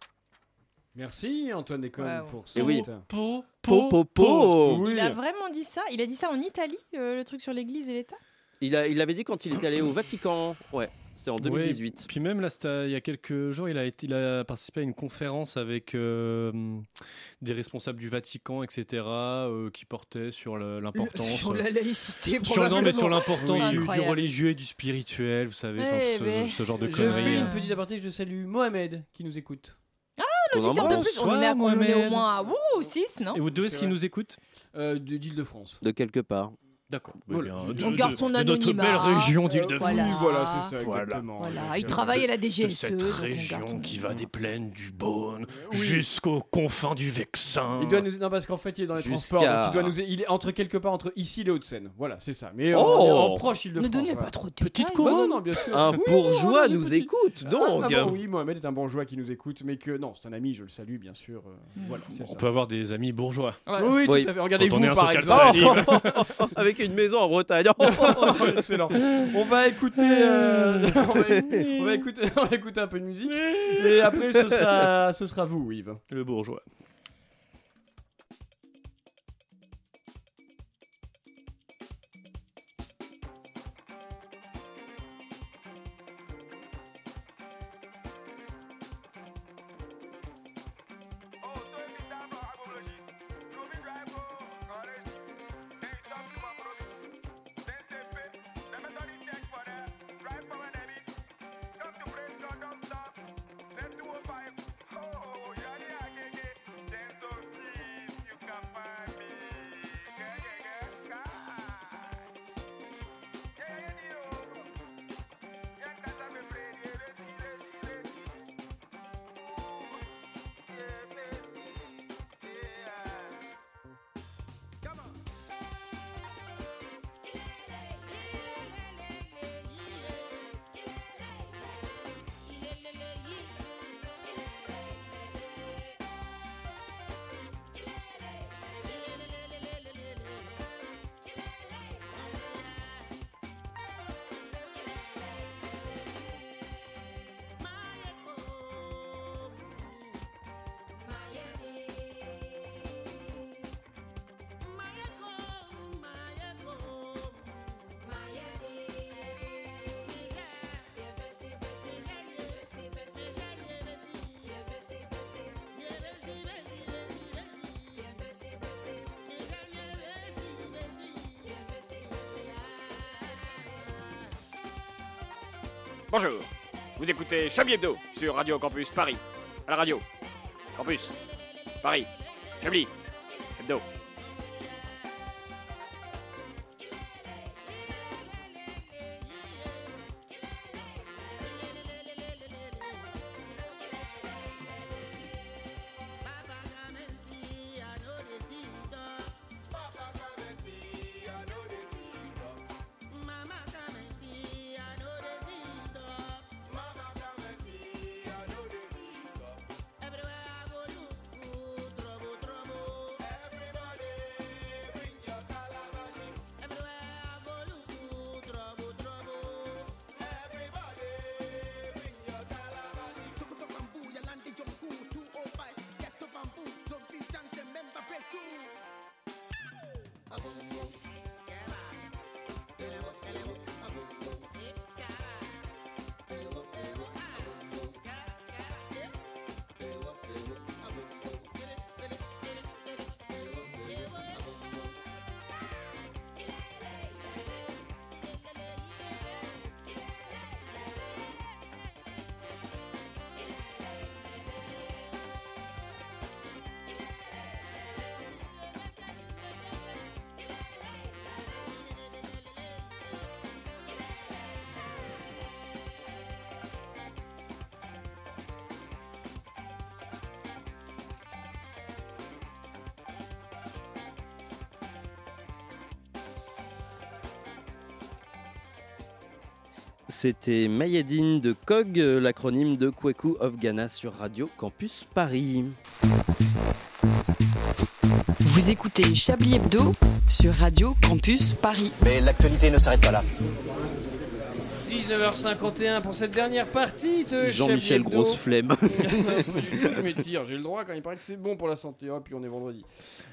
J: Merci Antoine Déconne pour
A: Et
J: cette...
A: oui.
J: Po,
A: Po, po, po.
J: Oui.
M: Il a vraiment dit ça Il a dit ça en Italie, euh, le truc sur l'église et l'État
A: Il, a- il l'avait dit quand il était allé au Vatican. Ouais, c'était en 2018.
L: Ouais, puis même là, c'était il y a quelques jours, il a, été- il a participé à une conférence avec euh, des responsables du Vatican, etc., euh, qui portaient sur le- l'importance. euh,
H: Sur la laïcité,
L: Sur, non, mais sur l'importance
H: Oui.
L: du, du
H: Incroyable.
L: religieux et du spirituel, vous savez, enfin,
J: Eh
L: ce,
J: ben.
L: ce genre de
J: Je
L: conneries.
J: fais
L: euh.
J: une petite aparté, je salue Mohamed qui nous écoute.
M: Un auditeur de plus, on en est, à- on en est
J: Mohamed.
M: au moins à ouh, 6, non
J: C'est vrai.
L: écoutent
J: euh, de- D'Île-de-France.
A: De quelque part.
L: D'accord.
J: Voilà.
L: eh bien,
M: On garde son
L: de notre
M: anonymat. hein. Euh,
L: belle région d'Île-de-France.
M: Voilà.
J: Oui, Euh, voilà, c'est ça,
L: Voilà.
J: exactement.
M: Voilà, il travaille à la DGSE.
L: de cette
M: E, donc on
L: région
M: garde son-
L: qui va des plaines du Beaune jusqu'aux confins du Vexin.
J: Il doit nous... Non, parce qu'en fait, il est dans les
L: Jusqu'à-
J: transports. donc il, doit nous... il est entre quelque part entre ici et les Hauts-de-Seine. Voilà, c'est ça. Mais euh,
A: Oh
J: on est en proche
M: Ne
J: Île-de-France.
M: donnez
J: voilà.
M: pas trop de
J: Petite
M: détails.
J: couronne. non, non, bien sûr.
A: Un
J: Oui,
A: bourgeois
J: non, non,
A: nous
J: c'est-
A: écoute
J: Ah,
A: donc.
J: ah
L: euh,
J: bon, oui, Mohamed est un bourgeois qui nous écoute, mais que non, c'est un ami, je le salue bien sûr. euh, Voilà, c'est
L: On
J: ça.
L: peut avoir des amis bourgeois.
J: Oui, tout
L: Oui.
J: à fait. Regardez-vous
L: Quand on est un
J: par
L: social
J: exemple.
A: Avec une maison en Bretagne.
J: Excellent. On va écouter, euh, on, va, on va écouter, on va écouter un peu de musique et après ce sera, ce sera vous, Yves.
L: Le bourgeois.
N: Bonjour, vous écoutez Chablis Hebdo sur Radio Campus Paris. À la radio, Campus, Paris, Chablis, Hebdo.
O: Mama, come and see, I know the
A: C'était Mayedine de COG, euh, l'acronyme de Kweku of Ghana sur Radio Campus Paris.
H: Vous écoutez Chablis Hebdo sur Radio Campus Paris.
D: Mais l'actualité ne s'arrête pas là.
B: 19h51 pour cette dernière partie
J: Euh,
B: de
A: Jean-Michel
B: Chablis Hebdo.
A: Grosse Flemme.
B: je m'étire, j'ai le droit quand il paraît que c'est bon pour la santé. Et puis on est vendredi.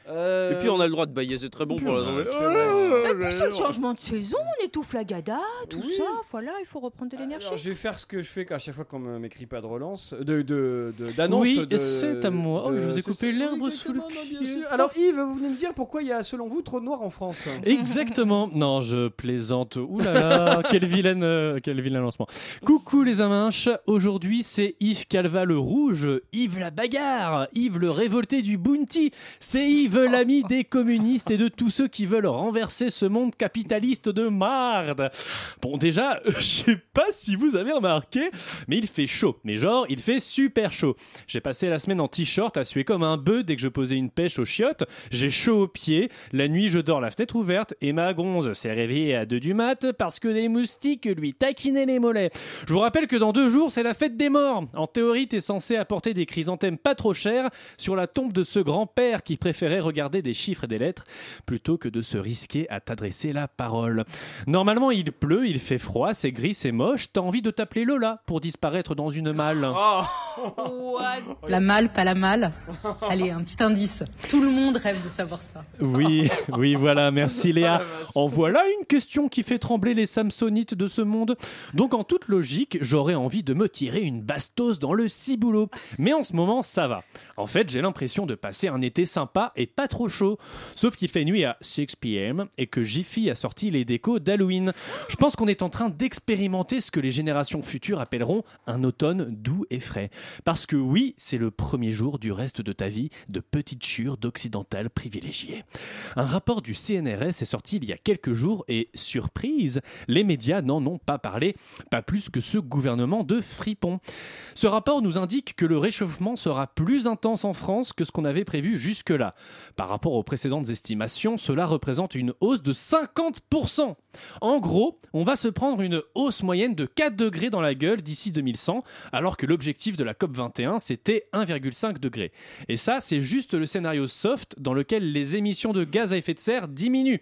B: Euh,
A: Et puis on a Ah, le droit de bailler, c'est très bon pour la
B: Ouais, c'est
M: Et
B: vrai.
M: puis c'est le changement de saison, on étouffe la gada, tout
B: Oui.
M: ça, voilà, il faut reprendre
A: ah.
M: de l'énergie.
B: Alors, je vais faire ce que je fais à chaque fois qu'on me- m'écrit pas de relance, de de- de- d'annonce.
L: Oui,
B: de-
L: c'est à moi. Oh,
B: de-
L: je vous
B: c'est-
L: ai coupé
B: c'est-
L: l'herbe
B: oui,
L: sous le
B: exactement, non, bien
L: pied.
B: sûr. Alors Yves, vous venez me dire pourquoi il y a selon vous trop de noirs en France
L: Exactement. Non, je plaisante. Ouh là là, quel vilain, euh, quel vilain lancement. Coucou les aminches. Aujourd'hui, c'est Yves Calva le rouge, Yves la bagarre, Yves le révolté du bounty. C'est Yves l'ami des communistes et de tous ceux qui veulent renverser ce monde capitaliste de marde. Bon, déjà, je sais pas si vous avez remarqué, mais il fait chaud. Mais genre, il fait super chaud. J'ai passé la semaine en t-shirt à suer comme un bœuf dès que je posais une pêche aux chiottes. J'ai chaud aux pieds. La nuit, je dors la fenêtre ouverte et ma gonze s'est réveillée à deux du mat parce que les moustiques lui taquinaient les mollets. Je vous rappelle que dans deux jours, c'est la fête des morts. En théorie, t'es censé apporter des chrysanthèmes pas trop chers sur la tombe de ce grand-père qui préférait regarder des chiffres et des lettres plutôt que de se risquer à t'adresser la parole. Normalement, il pleut, il fait froid, c'est gris, c'est moche. T'as envie de t'appeler Lola pour disparaître dans une malle.
G: La malle, pas la malle. Allez, un petit indice. Tout le monde rêve de savoir ça.
L: Oui, oui, voilà, merci Léa. En voilà une question qui fait trembler les Samsonites de ce monde. Donc en toute logique, j'aurais envie de me tirer une bastos dans le ciboulot. Mais en ce moment, ça va. En fait, j'ai l'impression de passer un été sympa et pas trop chaud. Sauf qu'il fait nuit à 6 p.m. et que Jiffy a sorti les décos d'Halloween. Je pense qu'on est en train d'expérimenter ce que les générations futures appelleront un automne doux et frais. Parce que oui, c'est le premier jour du reste de ta vie de petite chure d'occidental privilégié. Un rapport du CNRS est sorti il y a quelques jours et, surprise, les médias n'en ont pas parlé, pas plus que ce gouvernement de fripon. Ce rapport nous indique que le réchauffement sera plus intense en France que ce qu'on avait prévu jusque-là. Par rapport aux précédentes estimations, cela représente une hausse de 50%. En gros, on va se prendre une hausse moyenne de 4 degrés dans la gueule d'ici 2100, alors que l'objectif de la COP21 c'était 1,5 degré. Et ça, c'est juste le scénario soft dans lequel les émissions de gaz à effet de serre diminuent.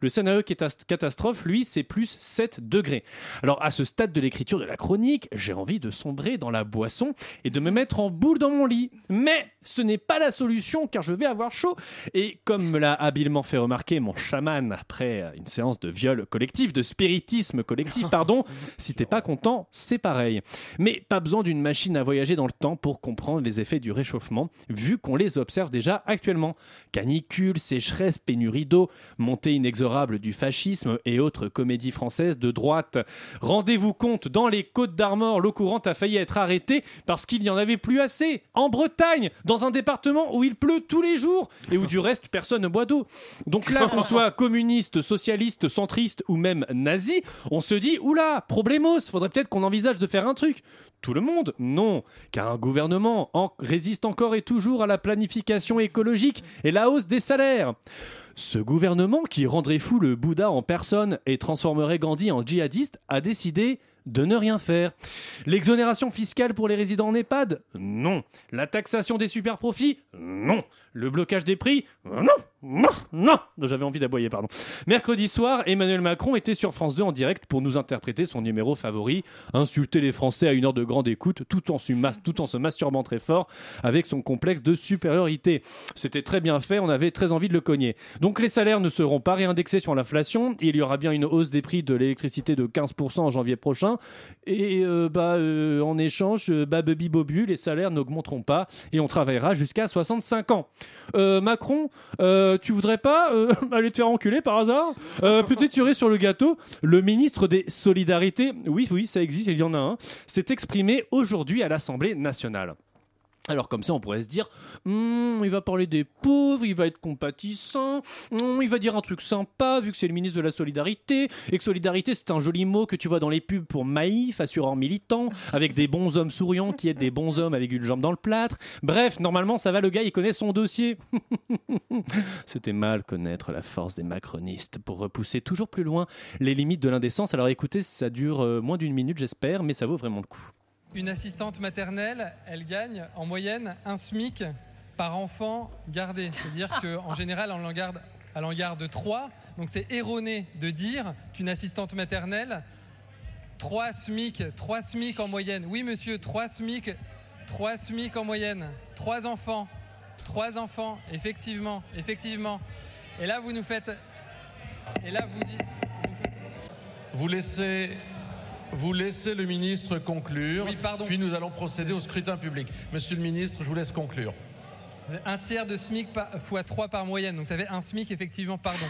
L: Le scénario catas- catastrophe, lui, c'est plus 7 degrés. Alors à ce stade de l'écriture de la chronique, j'ai envie de sombrer dans la boisson et de me mettre en boule dans mon lit. Mais ce n'est pas la solution car je vais avoir chaud. Et comme me l'a habilement fait remarquer mon chaman après une séance de viol collectif, de spiritisme collectif, pardon, si t'es pas content, c'est pareil. Mais pas besoin d'une machine à voyager dans le temps pour comprendre les effets du réchauffement, vu qu'on les observe déjà actuellement. Canicule, sécheresse, pénurie d'eau, montée inexorable du fascisme et autres comédies françaises de droite. Rendez-vous compte, dans les Côtes d'Armor, l'eau courante a failli être arrêtée parce qu'il n'y en avait plus assez. En Bretagne, dans un département où il pleut tous les jours et où du reste personne ne boit d'eau. Donc là, qu'on soit communiste, socialiste, centriste ou même nazi, on se dit oula, problemos, faudrait peut-être qu'on envisage de faire un truc. Tout le monde Non, car un gouvernement en- résiste encore et toujours à la planification écologique et la hausse des salaires. Ce gouvernement qui rendrait fou le Bouddha en personne et transformerait Gandhi en djihadiste a décidé de ne rien faire. L'exonération fiscale pour les résidents en EHPAD Non. La taxation des superprofits Non. Le blocage des prix Non. Non. Non. J'avais envie d'aboyer, pardon. Mercredi soir, Emmanuel Macron était sur France 2 en direct pour nous interpréter son numéro favori, insulter les Français à une heure de grande écoute tout en se, mas- tout en se masturbant très fort avec son complexe de supériorité. C'était très bien fait, on avait très envie de le cogner. Donc les salaires ne seront pas réindexés sur l'inflation, il y aura bien une hausse des prix de l'électricité de 15% en janvier prochain, et euh, bah, euh, en échange, euh, bah, baby bobu, les salaires n'augmenteront pas, et on travaillera jusqu'à 65 ans. Euh, Macron, euh, tu voudrais pas euh, aller te faire enculer par hasard Euh, Peut-être tu aurais sur le gâteau, le ministre des Solidarités, oui, oui, ça existe, il y en a un, s'est exprimé aujourd'hui à l'Assemblée nationale. Alors comme ça, on pourrait se dire, Hmm, il va parler des pauvres, il va être compatissant, hmm, il va dire un truc sympa vu que c'est le ministre de la Solidarité, et que Solidarité c'est un joli mot que tu vois dans les pubs pour Maïf, assureur militant, avec des bons hommes souriants qui aident des bons hommes avec une jambe dans le plâtre. Bref, normalement ça va, le gars il connaît son dossier. C'était mal connaître la force des macronistes pour repousser toujours plus loin les limites de l'indécence. Alors écoutez, ça dure euh, moins d'une minute j'espère, mais ça vaut vraiment le coup.
O: Une assistante maternelle, elle gagne en moyenne un SMIC par enfant gardé.
P: Ah.
O: C'est-à-dire qu'en général, on en garde, elle en garde 3. Donc c'est erroné de dire qu'une assistante maternelle, 3 SMIC, 3 SMIC en moyenne. Oui, monsieur, 3 SMIC, 3 SMIC en moyenne. 3 enfants, 3 enfants, effectivement, effectivement. Et là, vous nous faites. Et là, vous dites.
P: Vous laissez, vous laissez le ministre conclure,
O: Oui, pardon.
P: puis nous allons procéder au scrutin public. Monsieur le ministre, je vous laisse conclure.
O: Vous avez Un tiers de SMIC par- fois 3 par moyenne. Donc ça fait un SMIC, effectivement, pardon.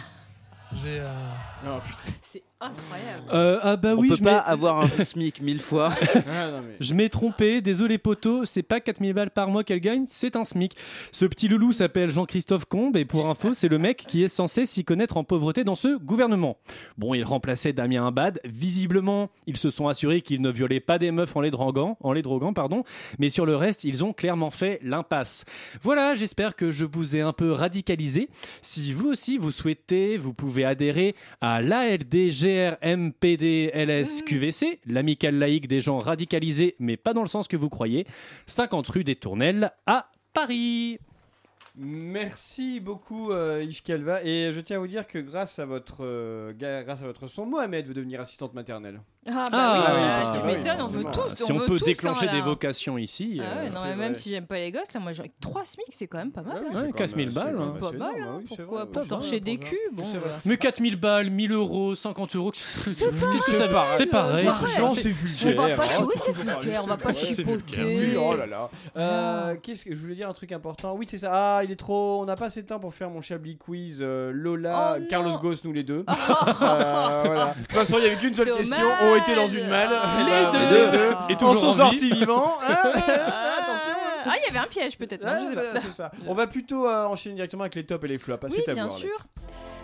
O: J'ai. euh,
M: C'est incroyable.
L: Euh, ah bah oui,
A: on peut
L: je
A: pas
L: mets-
A: avoir un SMIC mille fois.
B: Ah,
L: Je m'ai trompé, désolé poteau, c'est pas 4000 balles par mois qu'elle gagne, c'est un SMIC. Ce petit loulou s'appelle Jean-Christophe Combe et pour info, c'est le mec qui est censé s'y connaître en pauvreté dans ce gouvernement. Bon, il remplaçait Damien Abad, visiblement, ils se sont assurés qu'il ne violait pas des meufs en les droguant, en les droguant pardon, mais sur le reste, ils ont clairement fait l'impasse. Voilà, j'espère que je vous ai un peu radicalisé. Si vous aussi vous souhaitez, vous pouvez adhérer à l'ALDGRMPDLSQVC, l'amicale laïque des gens radicalisés, mais pas dans le sens que vous croyez, 50 rue des Tournelles à Paris.
J: Merci beaucoup euh, Yves Calva et je tiens à vous dire que grâce à votre euh, ga- grâce à votre son Mohamed veut devenir assistante maternelle.
M: Ah bah oui, Ah, bah, tu
J: bah
M: m'étonnes, on veut
J: forcément.
M: tous,
L: Si on,
M: veut
L: peut
M: tous,
L: déclencher
M: hein,
L: des
M: là.
L: vocations ici,
M: Ah
L: euh,
M: ouais, non, mais
L: c'est
M: même
L: vrai.
M: si j'aime pas les gosses, là, moi, j'ai 3 SMIC, c'est quand même pas
J: Ah
M: mal. hein.
L: Ouais, 4000 balles. hein.
M: Pas mal,
J: Bah
M: hein, pourquoi pas torcher des culs Bon, bah, voilà.
L: Mais 4000 balles, 1000 euros, 50 euros, qu'est-ce
M: pareil.
L: que ça veut- C'est pareil.
J: Franchement, c'est vulgaire.
M: On va pas,
J: hein,
M: oui, c'est
J: toujours pareil,
M: vulgaire, on va
J: c'est
M: pas
J: vulgaire.
M: chipoter.
J: Oh là là. Euh, Qu'est-ce que je voulais dire un truc important Oui, c'est ça. Ah, il est trop. On n'a pas assez de temps pour faire mon Chablis quiz. euh, Lola,
M: Oh non.
J: Carlos Goss, nous les deux. Euh, voilà. De toute façon, il n'y avait qu'une seule question. On était dans une malle.
M: Les
J: Bah,
M: deux.
J: les deux.
M: Et
J: On
M: toujours
J: s'en
M: en
J: sortit
M: vie.
J: vivant.
M: Ah, il y avait un piège peut-être. non, je sais pas.
J: Ah, bah, c'est ça. On va plutôt euh, enchaîner directement avec les tops et les flops. Ah,
M: Oui,
J: c'est à
M: bien
J: vous, Arlette.
M: sûr.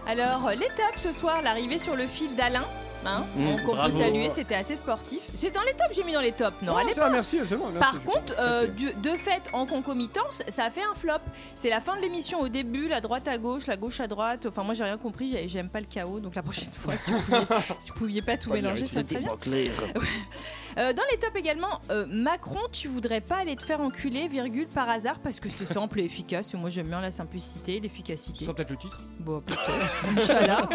M: Alors, euh, l'étape ce soir, l'arrivée sur le fil d'Alain. Hein,
J: Mmh,
M: donc on peut
J: bravo.
M: saluer, c'était assez sportif. C'est dans les tops, j'ai mis dans les tops. Non,
J: Non,
M: allez
J: Ah, ça va, merci, c'est bon, merci,
M: Par
J: je-
M: contre, euh, du- de fait, en concomitance, ça a fait un flop. C'est la fin de l'émission au début, la droite à gauche, la gauche à droite. Enfin, moi j'ai rien compris, j'ai- j'aime pas le chaos, donc la prochaine fois, si vous pouviez, si vous pouviez pas tout mélanger, ça serait bien. Euh, dans les tops également, euh, Macron, tu voudrais pas aller te faire enculer, virgule, par hasard, parce que c'est simple et efficace. Moi, j'aime bien la simplicité, l'efficacité. Ce
J: sera peut-être le titre
M: Bon, peut-être. Inch'Allah.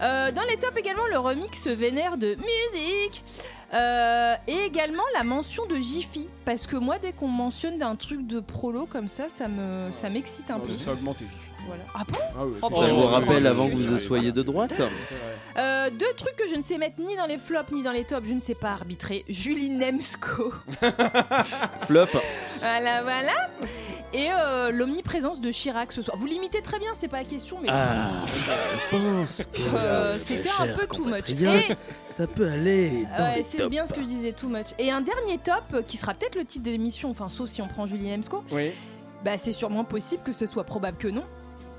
M: Euh, dans les tops également, le remix vénère de musique. Euh, et également la mention de Jiffy. Parce que moi, dès qu'on mentionne d'un truc de prolo comme ça, ça me, ça m'excite un
J: Ah,
M: peu.
J: Ça a augmenté.
M: Voilà. Ah bon
J: Ah ouais,
M: Oh,
J: c'est-
A: Ça
M: je
A: vous
M: suis-
A: rappelle
M: je
A: avant que
M: suis-
A: vous soyez de droite
J: C'est vrai.
M: Euh, deux trucs que je ne sais mettre ni dans les flops ni dans les tops, je ne sais pas arbitrer. Julie Nemsko.
A: Flop.
M: Voilà, voilà. Et euh, l'omniprésence de Chirac ce soir. Vous limitez très bien, c'est pas la question, mais.
I: Ah, je pense que
M: Euh, c'était un
I: chers
M: peu too much.
I: compatriotes,
M: Et-
I: ça peut aller dans
M: Ouais,
I: les
M: c'est
I: tops.
M: bien ce que je disais, too much. Et un dernier top, euh, qui sera peut-être le titre de l'émission, enfin, sauf si on prend Julie Nemsko.
J: Oui.
M: Bah, c'est sûrement possible que ce soit probable que non.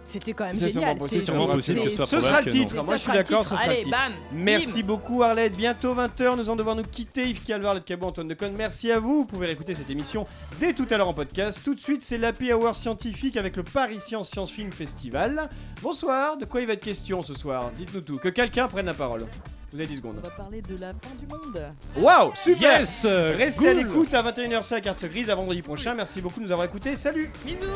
M: C'était quand même
J: C'est sûrement
M: génial.
J: possible,
M: C'est-
J: sûrement
M: c'est-
J: possible que ce soit
M: c'est-
J: probable que non.
M: Ça
J: Moi, je suis
M: sera le
J: d'accord,
M: titre.
J: ce sera le
M: Allez,
J: titre.
M: bam.
J: Merci beaucoup Arlette, bientôt 20h, nous allons devoir nous quitter. Yves Calvar, Arlette Cabot, Antoine Deconne, merci à vous. Vous pouvez réécouter cette émission dès tout à l'heure en podcast. Tout de suite, c'est l'Happy Hour scientifique avec le Paris Science Science Film Festival. Bonsoir, de quoi il va être question ce soir Dites-nous tout, que quelqu'un prenne la parole. Vous avez 10 secondes.
Q: parler de la fin du monde.
J: Waouh, super
L: Yes, euh,
J: Restez à
L: cool.
J: l'écoute à 21h, c'est à carte grise à vendredi prochain. Merci beaucoup de nous avoir écoutés. Salut
M: Bisous